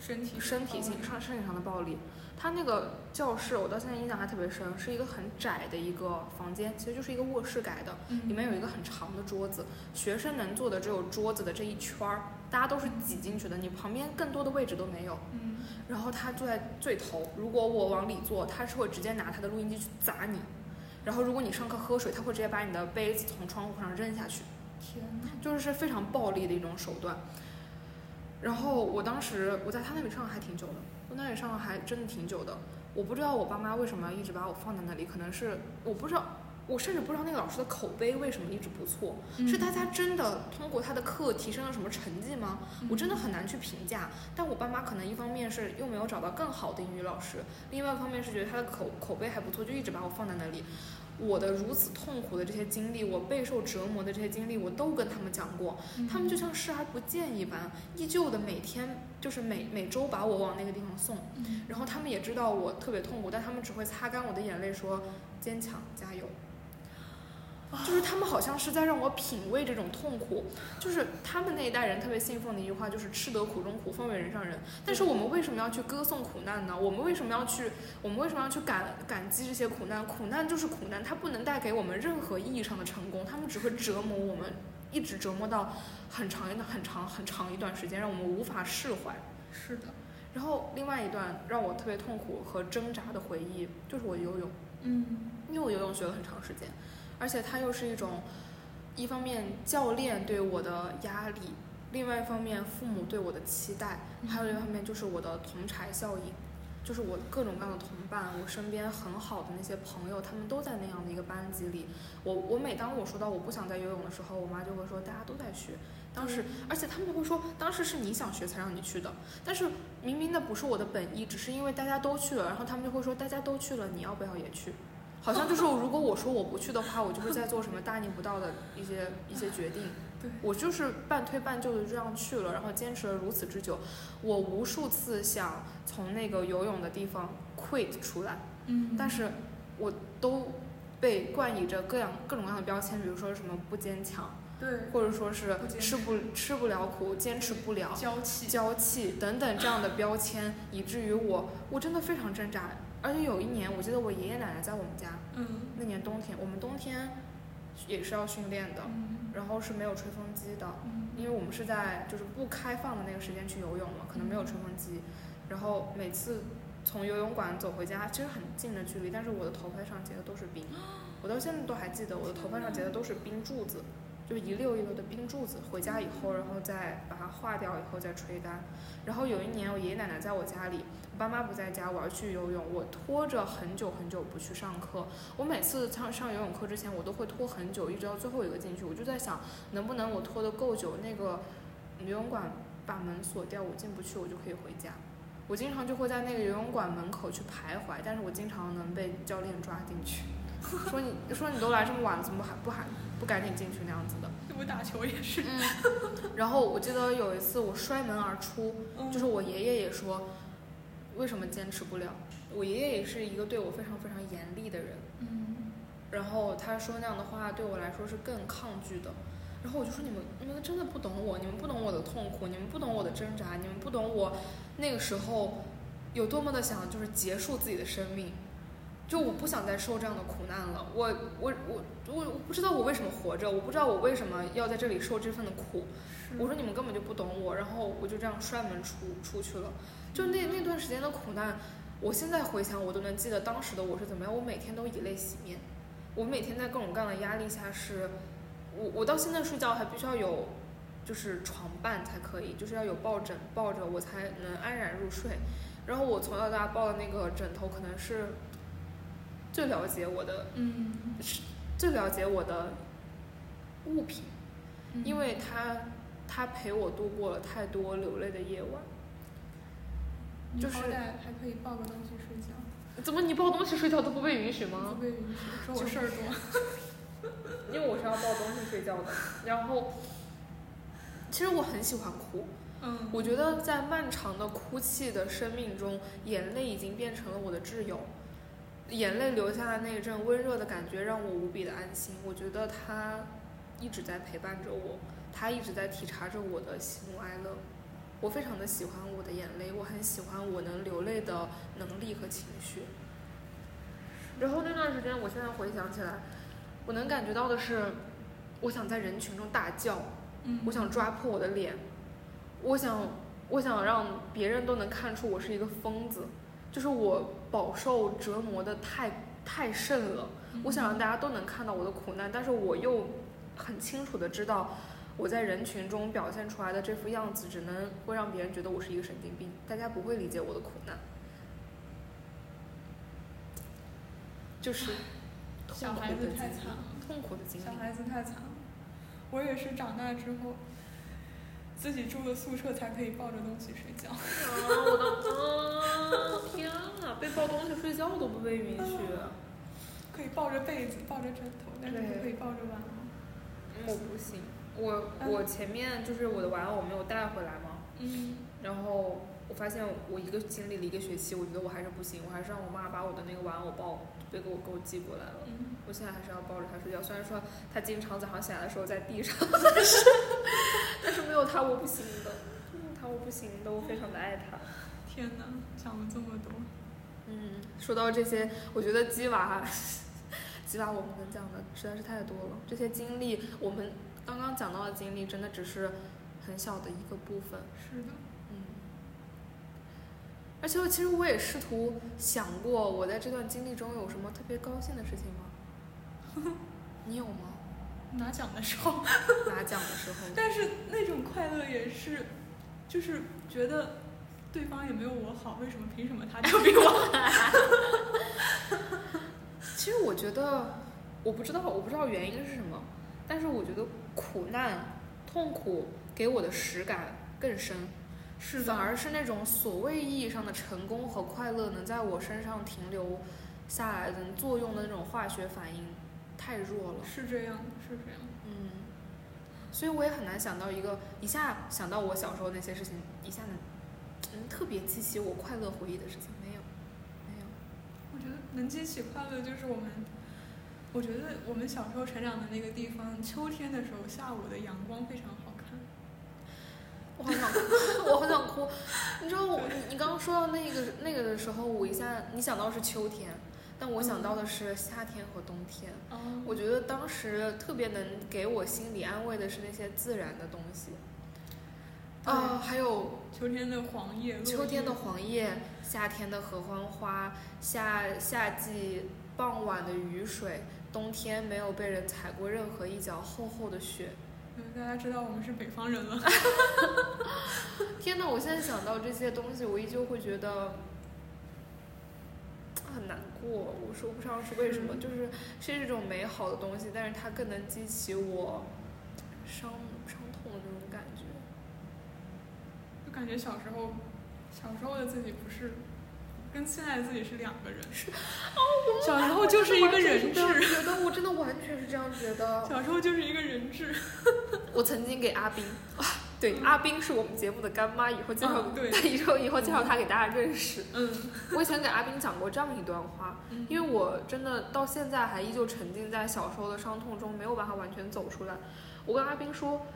S2: 身体
S1: 身体性上身体上的暴力。他那个教室，我到现在印象还特别深，是一个很窄的一个房间，其实就是一个卧室改的，
S2: 嗯
S1: 里面有一个很长的桌子，学生能坐的只有桌子的这一圈儿，大家都是挤进去的，你旁边更多的位置都没有。
S2: 嗯。
S1: 然后他坐在最头，如果我往里坐，他是会直接拿他的录音机去砸你。然后如果你上课喝水，他会直接把你的杯子从窗户上扔下去，
S2: 天呐，
S1: 就是是非常暴力的一种手段。然后我当时我在他那里上了还挺久的，我那里上了还真的挺久的。我不知道我爸妈为什么一直把我放在那里，可能是我不知道，我甚至不知道那个老师的口碑为什么一直不错，是大家真的通过他的课提升了什么成绩吗？
S2: 嗯
S1: 我真的很难去评价。但我爸妈可能一方面是又没有找到更好的英语老师，另外一方面是觉得他的口口碑还不错，就一直把我放在那里。我的如此痛苦的这些经历，我备受折磨的这些经历，我都跟他们讲过，
S2: 嗯
S1: 他们就像视而不见一般，依旧的每天就是每每周把我往那个地方送。
S2: 嗯
S1: 然后他们也知道我特别痛苦，但他们只会擦干我的眼泪，说坚强，加油。就是他们好像是在让我品味这种痛苦，就是他们那一代人特别信奉的一句话，就是“吃得苦中苦，方为人上人”。但是我们为什么要去歌颂苦难呢？我们为什么要去？我们为什么要去感感激这些苦难？苦难就是苦难，它不能带给我们任何意义上的成功，他们只会折磨我们，一直折磨到很长一段、很长、很长一段时间，让我们无法释怀。
S2: 是的，
S1: 然后另外一段让我特别痛苦和挣扎的回忆，就是我游泳，
S2: 嗯
S1: 因为我游泳学了很长时间，而且它又是一种，一方面教练对我的压力，另外一方面父母对我的期待，还有一方面就是我的同柴效应，就是我各种各样的同伴，我身边很好的那些朋友，他们都在那样的一个班级里。我我每当我说到我不想再游泳的时候，我妈就会说大家都在学。当时，而且他们会说，当时是你想学才让你去的，但是明明那不是我的本意，只是因为大家都去了，然后他们就会说大家都去了，你要不要也去？好像就是如果我说我不去的话，我就是在做什么大逆不道的一些一些决定。
S2: 对
S1: 我就是半推半就的这样去了，然后坚持了如此之久。我无数次想从那个游泳的地方 quit 出来，
S2: 嗯，
S1: 但是我都被冠以着各样各种各样的标签，比如说什么不坚强，
S2: 对
S1: 或者说是
S2: 不坚
S1: 吃不吃不了苦，坚持不了，
S2: 娇气，
S1: 娇气等等这样的标签，以至于我我真的非常挣扎。而且有一年，我记得我爷爷奶奶在我们家，
S2: 嗯
S1: 那年冬天，我们冬天也是要训练的，
S2: 嗯
S1: 然后是没有吹风机的，
S2: 嗯
S1: 因为我们是在就是不开放的那个时间去游泳嘛，可能没有吹风机。然后每次从游泳馆走回家，其实很近的距离，但是我的头发上结的都是冰，我到现在都还记得我的头发上结的都是冰柱子，就一溜一溜的冰柱子。回家以后，然后再把它化掉以后再吹干。然后有一年我爷爷奶奶在我家里，我爸妈不在家，我要去游泳，我拖着很久很久不去上课。我每次上上游泳课之前，我都会拖很久，一直到最后一个进去。我就在想，能不能我拖得够久，那个游泳馆把门锁掉，我进不去，我就可以回家。我经常就会在那个游泳馆门口去徘徊，但是我经常能被教练抓进去，说你说你都来这么晚了，怎么还不喊不赶紧进去那样子的。
S2: 我打球也是，
S1: 嗯， 然后我记得有一次我摔门而出，
S2: 嗯
S1: 就是我爷爷也说，为什么坚持不了？我爷爷也是一个对我非常非常严厉的人，
S2: 嗯
S1: 然后他说那样的话对我来说是更抗拒的。然后我就说你们你们真的不懂我，你们不懂我的痛苦，你们不懂我的挣扎，你们不懂我那个时候有多么的想就是结束自己的生命，就我不想再受这样的苦难了。我我我我我不知道我为什么活着，我不知道我为什么要在这里受这份的苦。
S2: 是
S1: 我说你们根本就不懂我，然后我就这样摔门出出去了。就那那段时间的苦难，我现在回想我都能记得当时的我是怎么样。我每天都以泪洗面，我每天在各种各样的压力下是，我我到现在睡觉还必须要有就是床伴才可以，就是要有抱枕抱着我才能安然入睡。然后我从小到大抱的那个枕头可能是最了解我的
S2: 嗯，
S1: 最了解我的物品。
S2: 嗯
S1: 因为他他陪我度过了太多流泪的夜晚。
S2: 你
S1: 就是
S2: 嗯好歹还可以抱个东西睡觉，
S1: 怎么你抱东西睡觉都不被允许吗
S2: 不？被允许，说我事儿多，
S1: 因为我是要抱东西睡觉的。然后，其实我很喜欢哭，
S2: 嗯
S1: 我觉得在漫长的哭泣的生命中，眼泪已经变成了我的挚友。眼泪流下的那一阵温热的感觉让我无比的安心。我觉得他一直在陪伴着我，他一直在体察着我的喜怒哀乐。我非常的喜欢我的眼泪，我很喜欢我能流泪的能力和情绪。然后那段时间，我现在回想起来，我能感觉到的是，我想在人群中大叫，
S2: 嗯，
S1: 我想抓破我的脸，我想我想让别人都能看出我是一个疯子，就是我饱受折磨的太太甚了，
S2: 嗯
S1: 我想让大家都能看到我的苦难，但是我又很清楚的知道。我在人群中表现出来的这副样子，只能会让别人觉得我是一个神经病，大家不会理解我的苦难。就是
S2: 小
S1: 痛苦
S2: 孩
S1: 的
S2: 子
S1: 经
S2: 太惨了
S1: 历，。痛苦的经历
S2: 小。孩子太惨了，我也是长大之后自己住的宿舍才可以抱着东西睡觉。
S1: 啊，我的啊，天啊！被抱东西睡觉都不被允许。
S2: 可以抱着被子，抱着枕头，但是
S1: 对
S2: 不可以抱着玩偶。
S1: 我不行，我我前面就是我的玩偶没有带回来嘛，
S2: 嗯，
S1: 然后我发现我一个经历了一个学期，我觉得我还是不行，我还是让我妈把我的那个玩偶抱被给我给我寄过来了。
S2: 嗯
S1: 我现在还是要抱着它睡觉，虽然说它经常早上起来的时候在地上，但是但是没有它我不行的， 没有它我不行的，我非常的爱它。
S2: 天哪，讲了这么多，
S1: 嗯，说到这些，我觉得鸡娃， 鸡娃我们能讲的实在是太多了。这些经历，我们刚刚讲到的经历，真的只是很小的一个部分。
S2: 是的，
S1: 嗯，而且我其实我也试图想过，我在这段经历中有什么特别高兴的事情吗？ 你有吗？
S2: 拿奖的时候，
S1: 拿奖的时候，
S2: 但是那种快乐也是，就是觉得对方也没有我好，为什么凭什么他就比我好？
S1: 其实我觉得，我不知道，我不知道原因是什么，但是我觉得苦难、痛苦给我的实感更深，是反而是那种所谓意义上的成功和快乐能在我身上停留下来的作用的那种化学反应太弱了。
S2: 是这样，是这样。
S1: 嗯，所以我也很难想到一个一下想到我小时候那些事情，一下能能特别激起我快乐回忆的事情没有，没有。
S2: 我觉得能激起快乐就是我们，我觉得我们小时候成长的那个地方，秋天的时候下午的阳光非常好看。
S1: 我好想哭，我好想哭。你知道我，你你刚刚说到那个那个的时候，我一下你想到是秋天，但我想到的是夏天和冬天。
S2: 嗯哦
S1: 我觉得当时特别能给我心理安慰的是那些自然的东西，
S2: 对
S1: 啊、还有
S2: 秋天的黄叶，落
S1: 秋天
S2: 叶
S1: 的黄叶，夏天的合欢花，夏夏季傍晚的雨水，冬天没有被人踩过任何一脚厚厚的雪。
S2: 嗯，大家知道我们是北方人了。
S1: 天呐，我现在想到这些东西，我依旧会觉得很难过。我说不上是为什么，就是是这种美好的东西，但是它更能激起我伤伤痛的那种感觉。
S2: 就感觉小时候，小时候的自己不是跟现在的自己是两个人。是小时候就是一个人
S1: 我真的
S2: 质，
S1: 是这样觉 得我真的完全是这样觉得。
S2: 小时候就是一个人质。
S1: 我曾经给阿 冰，对，阿冰是我们节目的干妈，以后介绍
S2: 嗯，对，
S1: 以后以后介绍她给大家认识。
S2: 嗯，
S1: 我以前给阿冰讲过这样一段话，因为我真的到现在还依旧沉浸在小时候的伤痛中，没有办法完全走出来。我跟阿冰说，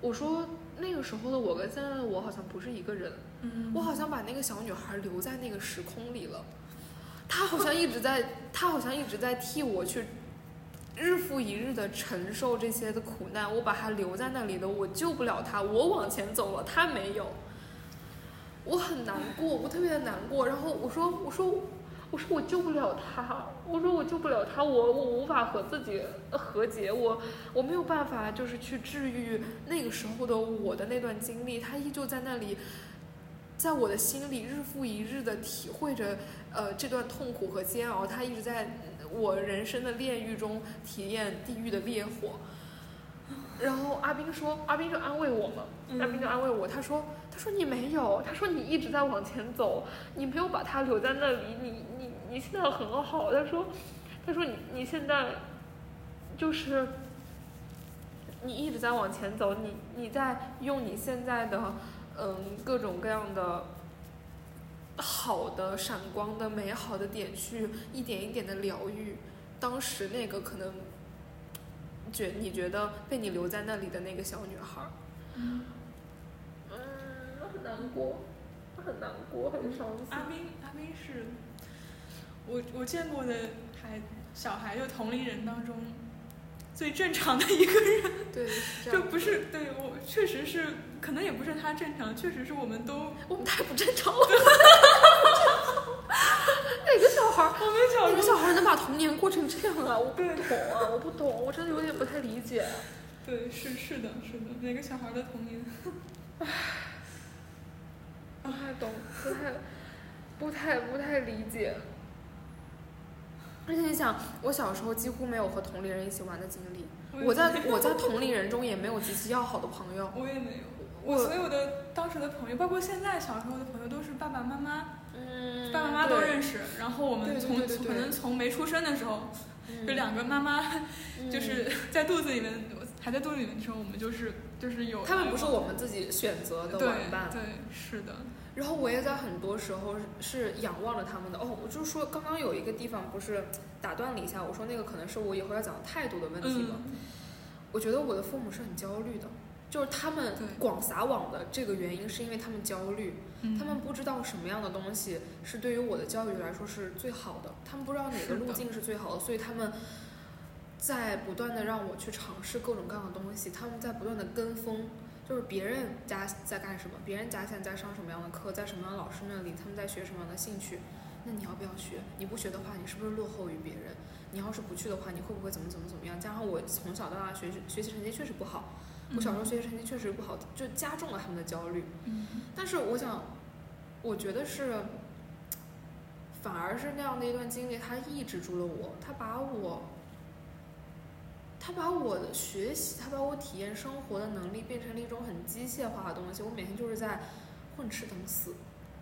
S1: 我说那个时候的我跟现在的我好像不是一个人，
S2: 嗯，
S1: 我好像把那个小女孩留在那个时空里了。她好像一直在，她好像一直在替我去日复一日的承受这些的苦难。我把她留在那里了，我救不了她，我往前走了，她没有。我很难过，我特别的难过。然后我说，我说，我说我救不了她，我说我救不了她，我我无法和自己和解，我我没有办法就是去治愈那个时候的我的那段经历，她依旧在那里在我的心里日复一日的体会着，呃，这段痛苦和煎熬，它一直在我人生的炼狱中体验地狱的烈火。然后阿斌说，阿斌就安慰我嘛，
S2: 嗯
S1: 阿斌就安慰我，他说，他说你没有，他说你一直在往前走，你没有把他留在那里，你你你现在很好，他说，他说你你现在就是你一直在往前走，你你在用你现在的嗯各种各样的好的、闪光的、美好的点去一点一点的疗愈。当时那个可能觉你觉得被你留在那里的那个小女孩儿，
S2: 嗯
S1: 嗯，很难过，很难过，很伤心。
S2: 阿斌，阿斌是我我见过的孩小孩就同龄人当中最正常的一个人，
S1: 对，是这
S2: 就
S1: 样。
S2: 不是对我确实是，可能也不是他正常，确实是我们都
S1: 我们太不正常 了。哪个小孩 儿？
S2: 我们小
S1: 哪
S2: 时
S1: 个
S2: 候
S1: 小孩儿能把童年过成这样啊？我不
S2: 对
S1: 懂啊，我不懂，我真的有点不太理解。
S2: 对，是是的，是的，每个小孩的童年。
S1: 不太懂，不太，不太不太理解。而且你想，我小时候几乎没有和同龄人一起玩的经历，我在我在同龄人中也没有极其要好的朋友。
S2: 我也没有，
S1: 我
S2: 我所有的当时的朋友，包括现在小时候的朋友，都是爸爸妈妈，
S1: 嗯
S2: 爸爸妈妈都认识。然后我
S1: 对
S2: 们
S1: 对
S2: 从
S1: 对对嗯
S2: 从
S1: 对
S2: 可能从没出生的时候，就两个妈妈
S1: 嗯
S2: 就是 在肚子里面，还在肚子里面的时候，我们就是就是有
S1: 他们不是我们自己选择的
S2: 对
S1: 玩伴，
S2: 对是的，
S1: 然后我也在很多时候是仰望着他们的。哦，我就说刚刚有一个地方不是打断了一下，我说那个可能是我以后要讲的态度的问题吧。
S2: 嗯
S1: 我觉得我的父母是很焦虑的，就是他们
S2: 对
S1: 广撒网的这个原因是因为他们焦虑，
S2: 嗯，
S1: 他们不知道什么样的东西是对于我的教育来说是最好的，他们不知道哪个
S2: 是的
S1: 路径是最好的，所以他们在不断的让我去尝试各种各样的东西，他们在不断的跟风，就是别人家在干什么，别人家现在在上什么样的课，在什么样的老师那里，他们在学什么样的兴趣，那你要不要学？你不学的话，你是不是落后于别人？你要是不去的话，你会不会怎么怎么怎么样？加上我从小到大学习学习成绩确实不好，我小时候学习成绩确实不好，就加重了他们的焦虑。
S2: 嗯
S1: 但是我想，我觉得是，反而是那样的一段经历，它抑制住了我，它把我，它把我的学习，它把我体验生活的能力变成了一种很机械化的东西。我每天就是在混吃等死，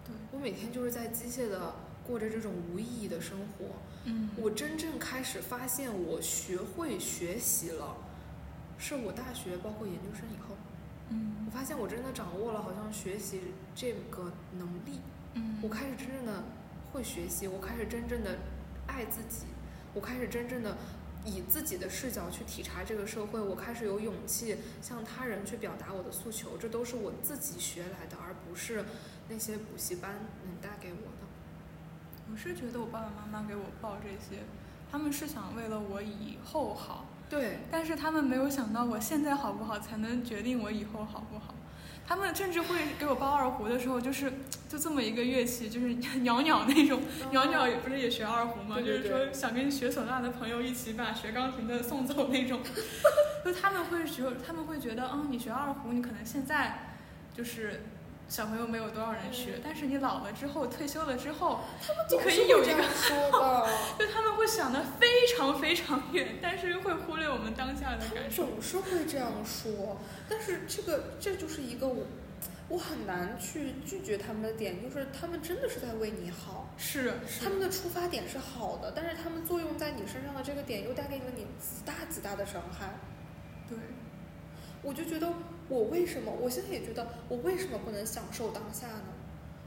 S2: 对
S1: 我每天就是在机械的过着这种无意义的生活。
S2: 嗯
S1: 我真正开始发现我学会学习了，是我大学包括研究生以后，
S2: 嗯
S1: 我发现我真的掌握了好像学习这个能力，
S2: 嗯
S1: 我开始真正的会学习，我开始真正的爱自己，我开始真正的以自己的视角去体察这个社会，我开始有勇气向他人去表达我的诉求，这都是我自己学来的，而不是那些补习班能带给我的。
S2: 我是觉得我爸爸妈妈给我报这些，他们是想为了我以后好，
S1: 对，
S2: 但是他们没有想到我现在好不好，才能决定我以后好不好。他们甚至会给我包二胡的时候，就是就这么一个乐器，就是 袅袅那种。袅袅也不是也学二胡嘛，
S1: 嗯对对对
S2: 就是说想跟学唢呐的朋友一起把学钢琴的送走 那种。就他们会觉，他们会觉得，哦，你学二胡，你可能现在就是小朋友没有多少人学，
S1: 嗯
S2: 但是你老了之后，退休了之后，你可以有一个
S1: 说的，
S2: 就他们会想的非常非常远，但是会忽略我们当下的
S1: 他们
S2: 感受。
S1: 总是会这样说，但是这个这就是一个我我很难去拒绝他们的点，就是他们真的是在为你好，
S2: 是，
S1: 他们的出发点是好的，但是他们作用在你身上的这个点又带给了你极大极大的伤害。
S2: 对，
S1: 我就觉得我为什么，我现在也觉得我为什么不能享受当下呢？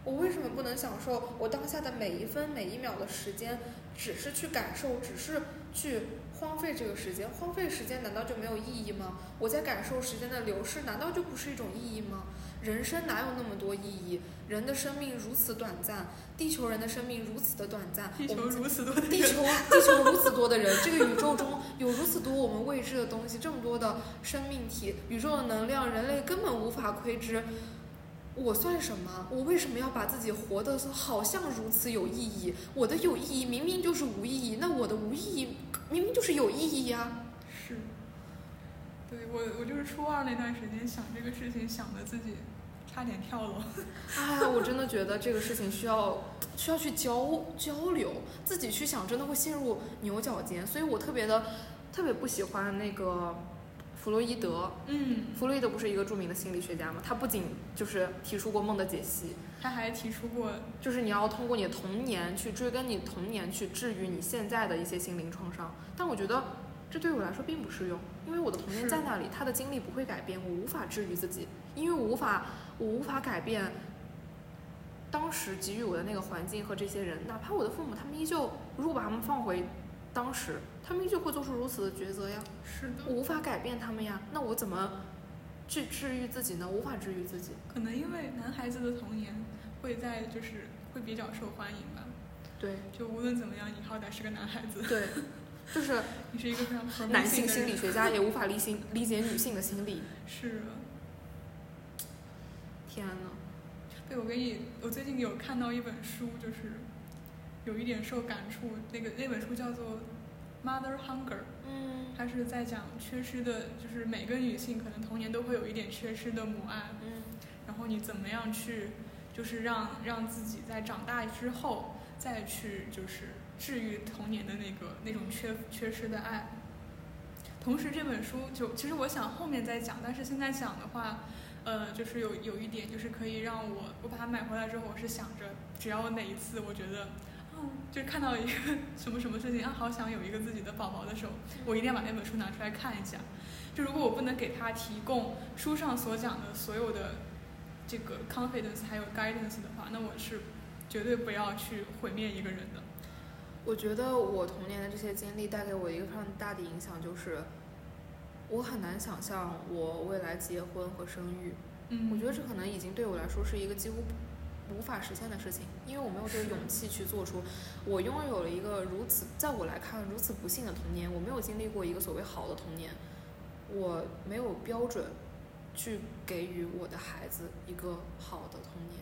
S1: 我为什么不能享受我当下的每一分每一秒的时间？只是去感受，只是去荒废这个时间，荒废时间难道就没有意义吗？我在感受时间的流逝，难道就不是一种意义吗？人生哪有那么多意义？人的生命如此短暂，地球人的生命如此的短暂，
S2: 地
S1: 啊我
S2: 球
S1: 们
S2: 如此多的
S1: 地
S2: 人，
S1: 球地球如此多的人，这个宇宙中有如此多我们未知的东西，这么多的生命体，宇宙的能量，人类根本无法窥知。我算什么？我为什么要把自己活得好像如此有意义？我的有意义明明就是无意义，那我的无意义明明就是有意义呀、
S2: 是，对我我就是初二那段时间想这个事情，想的自己差点跳楼。
S1: 哎，我真的觉得这个事情需要需要去交交流，自己去想，真的会陷入牛角尖。所以我特别的特别不喜欢那个弗洛伊德，
S2: 嗯，
S1: 弗洛伊德不是一个著名的心理学家吗？他不仅就是提出过梦的解析，
S2: 他还提出过，
S1: 就是你要通过你的童年去追根你童年去治愈你现在的一些心灵创伤。但我觉得这对我来说并不适用，因为我的童年
S2: 是
S1: 在那里，他的经历不会改变，我无法治愈自己，因为我无法我无法改变当时给予我的那个环境和这些人，哪怕我的父母，他们依旧如果把他们放回当时，他们依旧会做出如此的抉择呀。
S2: 是
S1: 我，无法改变他们呀，那我怎么去治愈自己呢？无法治愈自己。
S2: 可能因为男孩子的童年会在就是会比较受欢迎吧。
S1: 对
S2: 就无论怎么样，你好歹是个男孩子，
S1: 对， 就是
S2: 你是一个非常 promising
S1: 男性
S2: 的
S1: 心
S2: 人
S1: 理学家也无法理性理解女性的心理。
S2: 是啊。
S1: 天呐，
S2: 对，我给你，我最近有看到一本书，就是有一点受感触。那个那本书叫做《Mother Hunger》，
S1: 嗯
S2: 它是在讲缺失的，就是每个女性可能童年都会有一点缺失的母爱，
S1: 嗯
S2: 然后你怎么样去，就是让让自己在长大之后再去就是治愈童年的那个那种缺缺失的爱。同时这本书就其实我想后面再讲，但是现在讲的话，呃，就是有有一点就是可以让我我把它买回来之后，我是想着只要哪一次我觉得。啊
S1: 哦
S2: 就看到一个什么什么事情啊，好想有一个自己的宝宝的时候，我一定要把那本书拿出来看一下。就如果我不能给他提供书上所讲的所有的这个 confidence 还有 guidance 的话，那我是绝对不要去毁灭一个人的。
S1: 我觉得我童年的这些经历带给我一个非常大的影响，就是我很难想象我未来结婚和生育。
S2: 嗯
S1: 我觉得这可能已经对我来说是一个几乎无法实现的事情，因为我没有这个
S2: 是
S1: 勇气去做出。我拥有了一个如此，在我来看如此不幸的童年，我没有经历过一个所谓好的童年，我没有标准去给予我的孩子一个好的童年。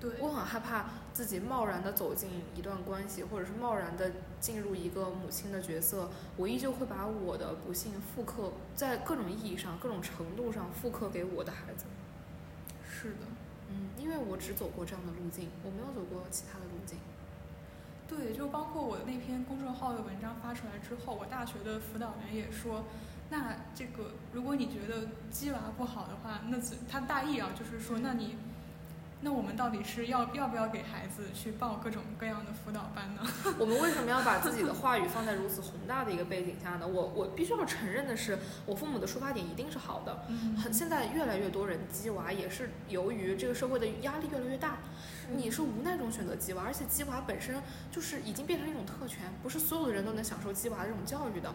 S2: 对
S1: 我很害怕自己贸然的走进一段关系，或者是贸然的进入一个母亲的角色，我依旧会把我的不幸复刻在各种意义上、各种程度上复刻给我的孩子。
S2: 是的，
S1: 嗯，因为我只走过这样的路径，我没有走过其他的路径。
S2: 对，就包括我那篇公众号的文章发出来之后，我大学的辅导员也说，那这个如果你觉得鸡娃不好的话，那只他大意啊，就是说，那你那我们到底是要要不要给孩子去报各种各样的辅导班呢？
S1: 我们为什么要把自己的话语放在如此宏大的一个背景下呢？我我必须要承认的是，我父母的出发点一定是好的。
S2: 嗯
S1: 很现在越来越多人鸡娃，也是由于这个社会的压力越来越大，你是无奈中选择鸡娃，而且鸡娃本身就是已经变成一种特权，不是所有的人都能享受鸡娃的这种教育的。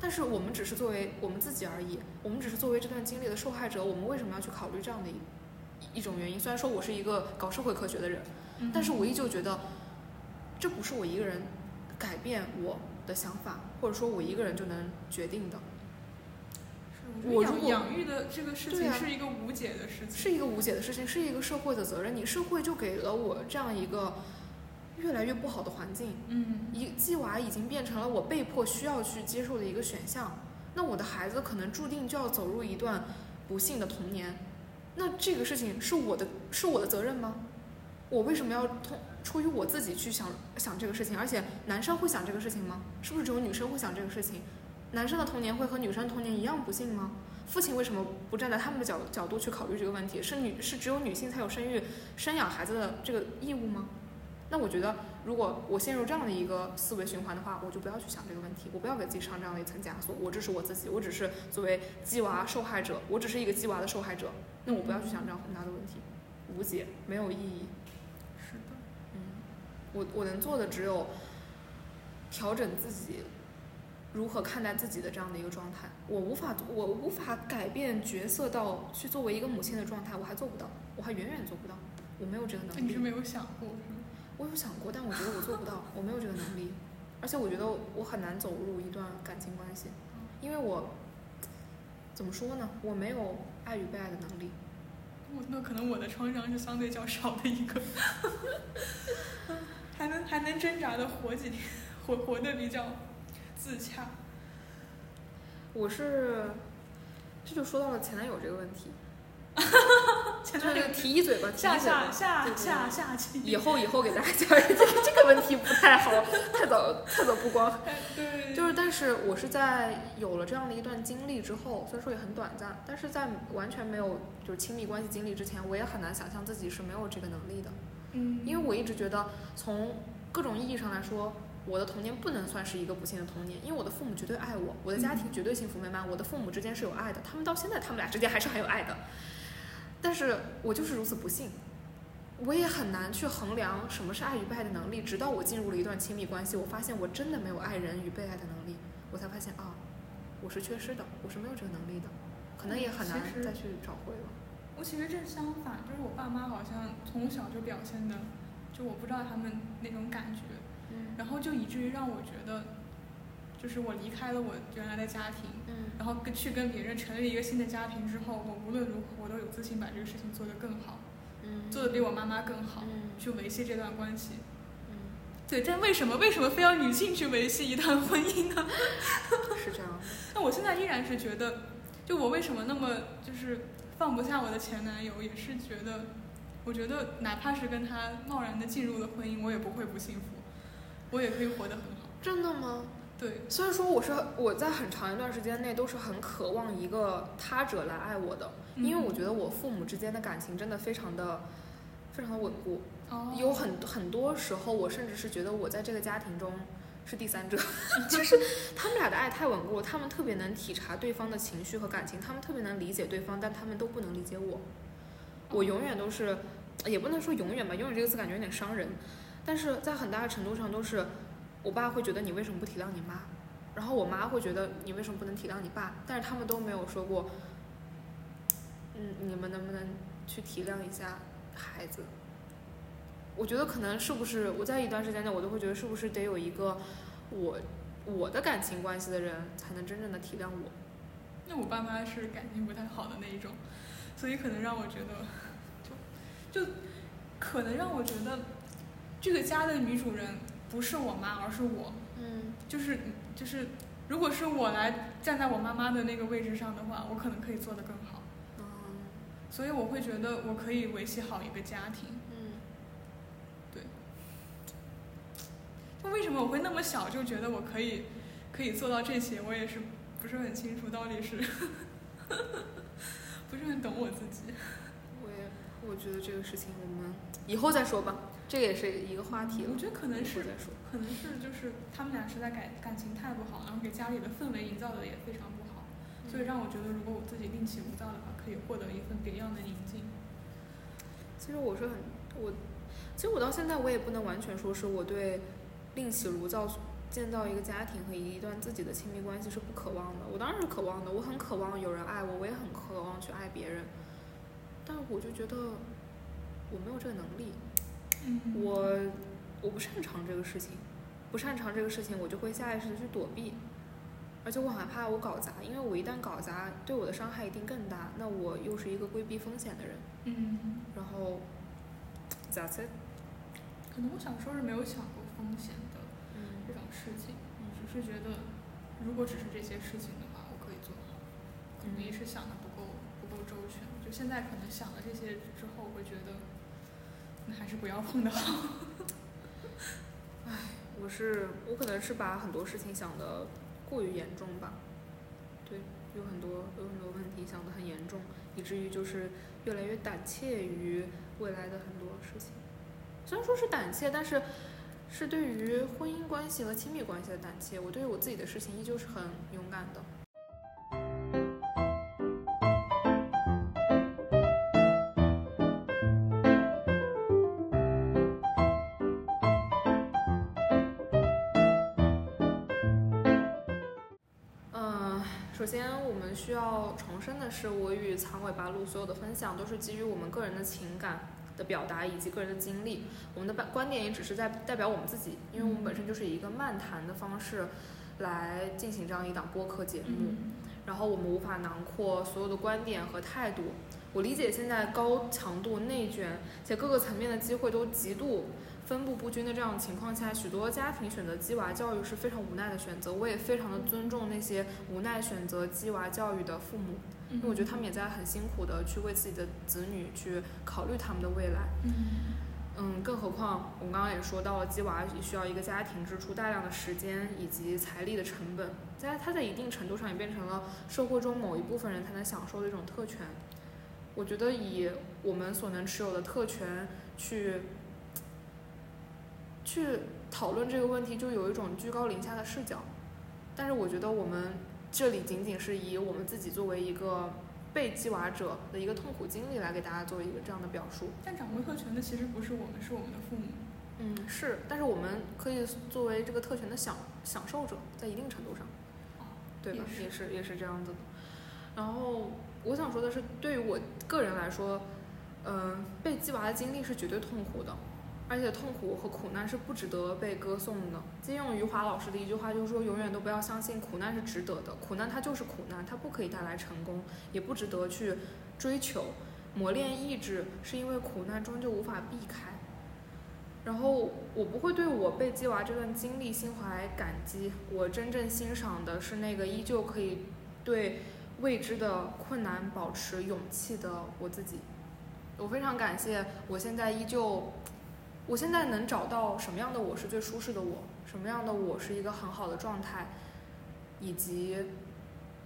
S1: 但是我们只是作为我们自己而已，我们只是作为这段经历的受害者，我们为什么要去考虑这样的一一种原因？虽然说我是一个搞社会科学的人，但是我依旧觉得，这不是我一个人改变我的想法，或者说我一个人就能决定的，
S2: 是
S1: 我
S2: 我觉
S1: 如
S2: 得
S1: 果
S2: 养养育的这个事
S1: 对
S2: 情
S1: 啊
S2: 是一个无解的事情。
S1: 是一个无解的事情，是一个社会的责任。你社会就给了我这样一个越来越不好的环境，
S2: 嗯，
S1: 一鸡娃已经变成了我被迫需要去接受的一个选项，那我的孩子可能注定就要走入一段不幸的童年，那这个事情是我的是我的责任吗？我为什么要通出于我自己去想想这个事情？而且男生会想这个事情吗？是不是只有女生会想这个事情？男生的童年会和女生童年一样不幸吗？父亲为什么不站在他们的角角度去考虑这个问题？是女是只有女性才有生育生养孩子的这个义务吗？那我觉得，如果我陷入这样的一个思维循环的话，我就不要去想这个问题，我不要给自己上这样的一层枷锁。我只是我自己，我只是作为鸡娃受害者，我只是一个鸡娃的受害者。那我不要去想这样宏大的问题，无解，没有意义。
S2: 是的。
S1: 嗯，我我能做的只有调整自己如何看待自己的这样的一个状态。我无法，我无法改变角色到去作为一个母亲的状态，我还做不到，我还远远做不到，我没有这个能
S2: 那
S1: 力。
S2: 你是没有想过是吗？
S1: 我有想过，但我觉得我做不到，我没有这个能力，而且我觉得我很难走入一段感情关系，因为我怎么说呢，我没有爱与被爱的能力。
S2: 我那可能我的创伤是相对较少的 一个，还能还能挣扎的活几天，活活的比较自洽。
S1: 我是，这就说到了前男友这个问题，
S2: 前
S1: 这
S2: 段
S1: 个提一嘴吧，提
S2: 下
S1: 一嘴
S2: 下
S1: 吧。
S2: 下
S1: 对对
S2: 下下期，
S1: 以后以后给大家讲一讲这个问题不太好，太早太早曝光。
S2: 哎对，
S1: 就是，但是我是在有了这样的一段经历之后，虽然说也很短暂，但是在完全没有就是亲密关系经历之前，我也很难想象自己是没有这个能力的。
S2: 嗯，
S1: 因为我一直觉得，从各种意义上来说，我的童年不能算是一个不幸的童年，因为我的父母绝对爱我，我的家
S2: 嗯
S1: 庭绝对幸福美满，我的父母之间是有爱的，他们到现在他们俩之间还是很有爱的。但是我就是如此不幸，我也很难去衡量什么是爱与被爱的能力。直到我进入了一段亲密关系，我发现我真的没有爱人与被爱的能力，我才发现啊，我是缺失的，我是没有这个能力的，可能也很难
S2: 嗯其实
S1: 再去找回了。
S2: 我其实正相反，就是我爸妈好像从小就表现的，就我不知道他们那种感觉，
S1: 嗯
S2: 然后就以至于让我觉得，就是我离开了我原来的家庭，
S1: 嗯
S2: 然后跟去跟别人成立一个新的家庭之后，我无论如何我都有自信把这个事情做得更好，
S1: 嗯
S2: 做得比我妈妈更好，
S1: 嗯
S2: 去维系这段关系。
S1: 嗯，
S2: 对，但为什么为什么非要女性去维系一段婚姻呢？
S1: 是这样的。
S2: 那我现在依然是觉得，就我为什么那么就是放不下我的前男友，也是觉得，我觉得哪怕是跟他贸然的进入了婚姻，我也不会不幸福，我也可以活得很好。
S1: 真的吗？
S2: 对，
S1: 虽然说我是我在很长一段时间内都是很渴望一个他者来爱我的，因
S2: 嗯
S1: 为我觉得我父母之间的感情真的非常的非常的稳固，
S2: 哦，
S1: 有很很多时候我甚至是觉得我在这个家庭中是第三者， 就是他们俩的爱太稳固了，他们特别能体察对方的情绪和感情，他们特别能理解对方，但他们都不能理解我。我永远都是，也不能说永远吧，永远这个词感觉有点伤人，但是在很大的程度上都是，我爸会觉得你为什么不体谅你妈，然后我妈会觉得你为什么不能体谅你爸，但是他们都没有说过，嗯，你们能不能去体谅一下孩子？我觉得可能是不是我在一段时间内，我都会觉得是不是得有一个我我的感情关系的人才能真正的体谅我。
S2: 那我爸妈是感情不太好的那一种，所以可能让我觉得，就就可能让我觉得，这个家的女主人不是我妈，而是我，
S1: 嗯
S2: 就是就是，如果是我来站在我妈妈的那个位置上的话，我可能可以做得更好，
S1: 嗯
S2: 所以我会觉得我可以维系好一个家庭。
S1: 嗯
S2: 那为什么我会那么小就觉得我可以可以做到这些？我也是不是 很清楚，到底是不是很懂我自己。
S1: 我也我觉得这个事情我们以后再说吧，这个也是一个话题了
S2: 我。觉得可能
S1: 以后
S2: 是
S1: 再说。
S2: 可能是就是他们俩实在感感情太不好，然后给家里的氛围营造的也非常不好，所以让我觉得如果我自己另起炉灶的话，可以获得一份别样的宁静。
S1: 其实我是很我，其实我到现在我也不能完全说是我对另起炉灶建造一个家庭和一段自己的亲密关系是不渴望的。我当然是渴望的，我很渴望有人爱我，我也很渴望去爱别人，但我就觉得我没有这个能力，
S2: 嗯
S1: 我我不擅长这个事情，不擅长这个事情，我就会下意识的去躲避，而且我很害怕我搞砸，因为我一旦搞砸，对我的伤害一定更大。那我又是一个规避风险的人，
S2: 嗯，
S1: 然后 that's it。
S2: 可能我小时候是没有想过风险的
S1: 嗯
S2: 这种事情，
S1: 嗯
S2: 只是觉得如果只是这些事情的话，我可以做好。可能也是想的不够不够周全，就现在可能想了这些之后，会觉得那还是不要碰的好。
S1: 我是我可能是把很多事情想的过于严重吧，对，有很多有很多问题想的很严重，以至于就是越来越胆怯于未来的很多事情。虽然说是胆怯，但是是对于婚姻关系和亲密关系的胆怯。我对于我自己的事情依旧是很勇敢的。嗯，首先我们需要重申的是，我与长尾巴鹿所有的分享都是基于我们个人的情感的表达以及个人的经历，我们的观观点也只是在代表我们自己，因为我们本身就是以一个漫谈的方式来进行这样一档播客节目。
S2: 嗯
S1: 然后我们无法囊括所有的观点和态度。我理解现在高强度内卷且各个层面的机会都极度分布不均的这样的情况下，许多家庭选择鸡娃教育是非常无奈的选择。我也非常的尊重那些无奈选择鸡娃教育的父母，
S2: 嗯
S1: 因为我觉得他们也在很辛苦的去为自己的子女去考虑他们的未来。
S2: 嗯
S1: 嗯，更何况我们刚刚也说到了，鸡娃也需要一个家庭支出大量的时间以及财力的成本，在它在一定程度上也变成了社会中某一部分人才能享受的一种特权。我觉得以我们所能持有的特权去去讨论这个问题，就有一种居高临下的视角。但是我觉得我们这里仅仅是以我们自己作为一个被鸡娃者的一个痛苦经历来给大家做一个这样的表述。
S2: 但掌握特权的其实不是我们，是我们的父母。
S1: 嗯，是，但是我们可以作为这个特权的享享受者，在一定程度上，对吧？
S2: 也
S1: 也是也是这样子的。然后我想说的是，对于我个人来说，嗯、被鸡娃的经历是绝对痛苦的，而且痛苦和苦难是不值得被歌颂的。借用余华老师的一句话，就是说，永远都不要相信苦难是值得的，苦难它就是苦难，它不可以带来成功，也不值得去追求。磨练意志，是因为苦难终究无法避开。然后我不会对我被鸡娃这段经历心怀感激，我真正欣赏的是那个依旧可以对未知的困难保持勇气的我自己。我非常感谢，我现在依旧，我现在能找到什么样的我是最舒适的我，什么样的我是一个很好的状态，以及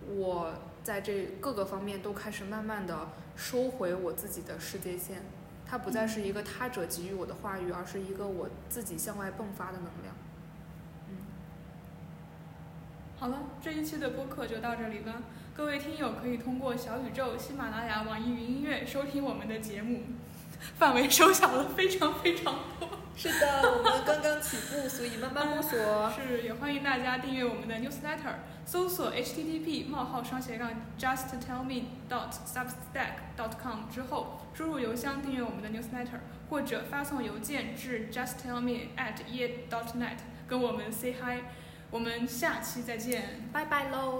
S1: 我在这各个方面都开始慢慢的收回我自己的世界线。它不再是一个他者给予我的话语，而是一个我自己向外迸发的能量。嗯
S2: 好了，这一期的播客就到这里了。各位听友可以通过小宇宙、喜马拉雅、网易云音乐收听我们的节目， 范围收小了非常非常多。
S1: 是的，我们刚刚起步，所以慢慢摸索。
S2: 是也欢迎大家订阅我们的 newsletter，搜索 http 冒号双斜杠 just tell me dot substack dot com 之后，输入邮箱订阅我们的 newsletter，或者发送邮件至 just tell me at ye dot net 跟我们 say hi，我们下期再见。
S1: 拜拜喽。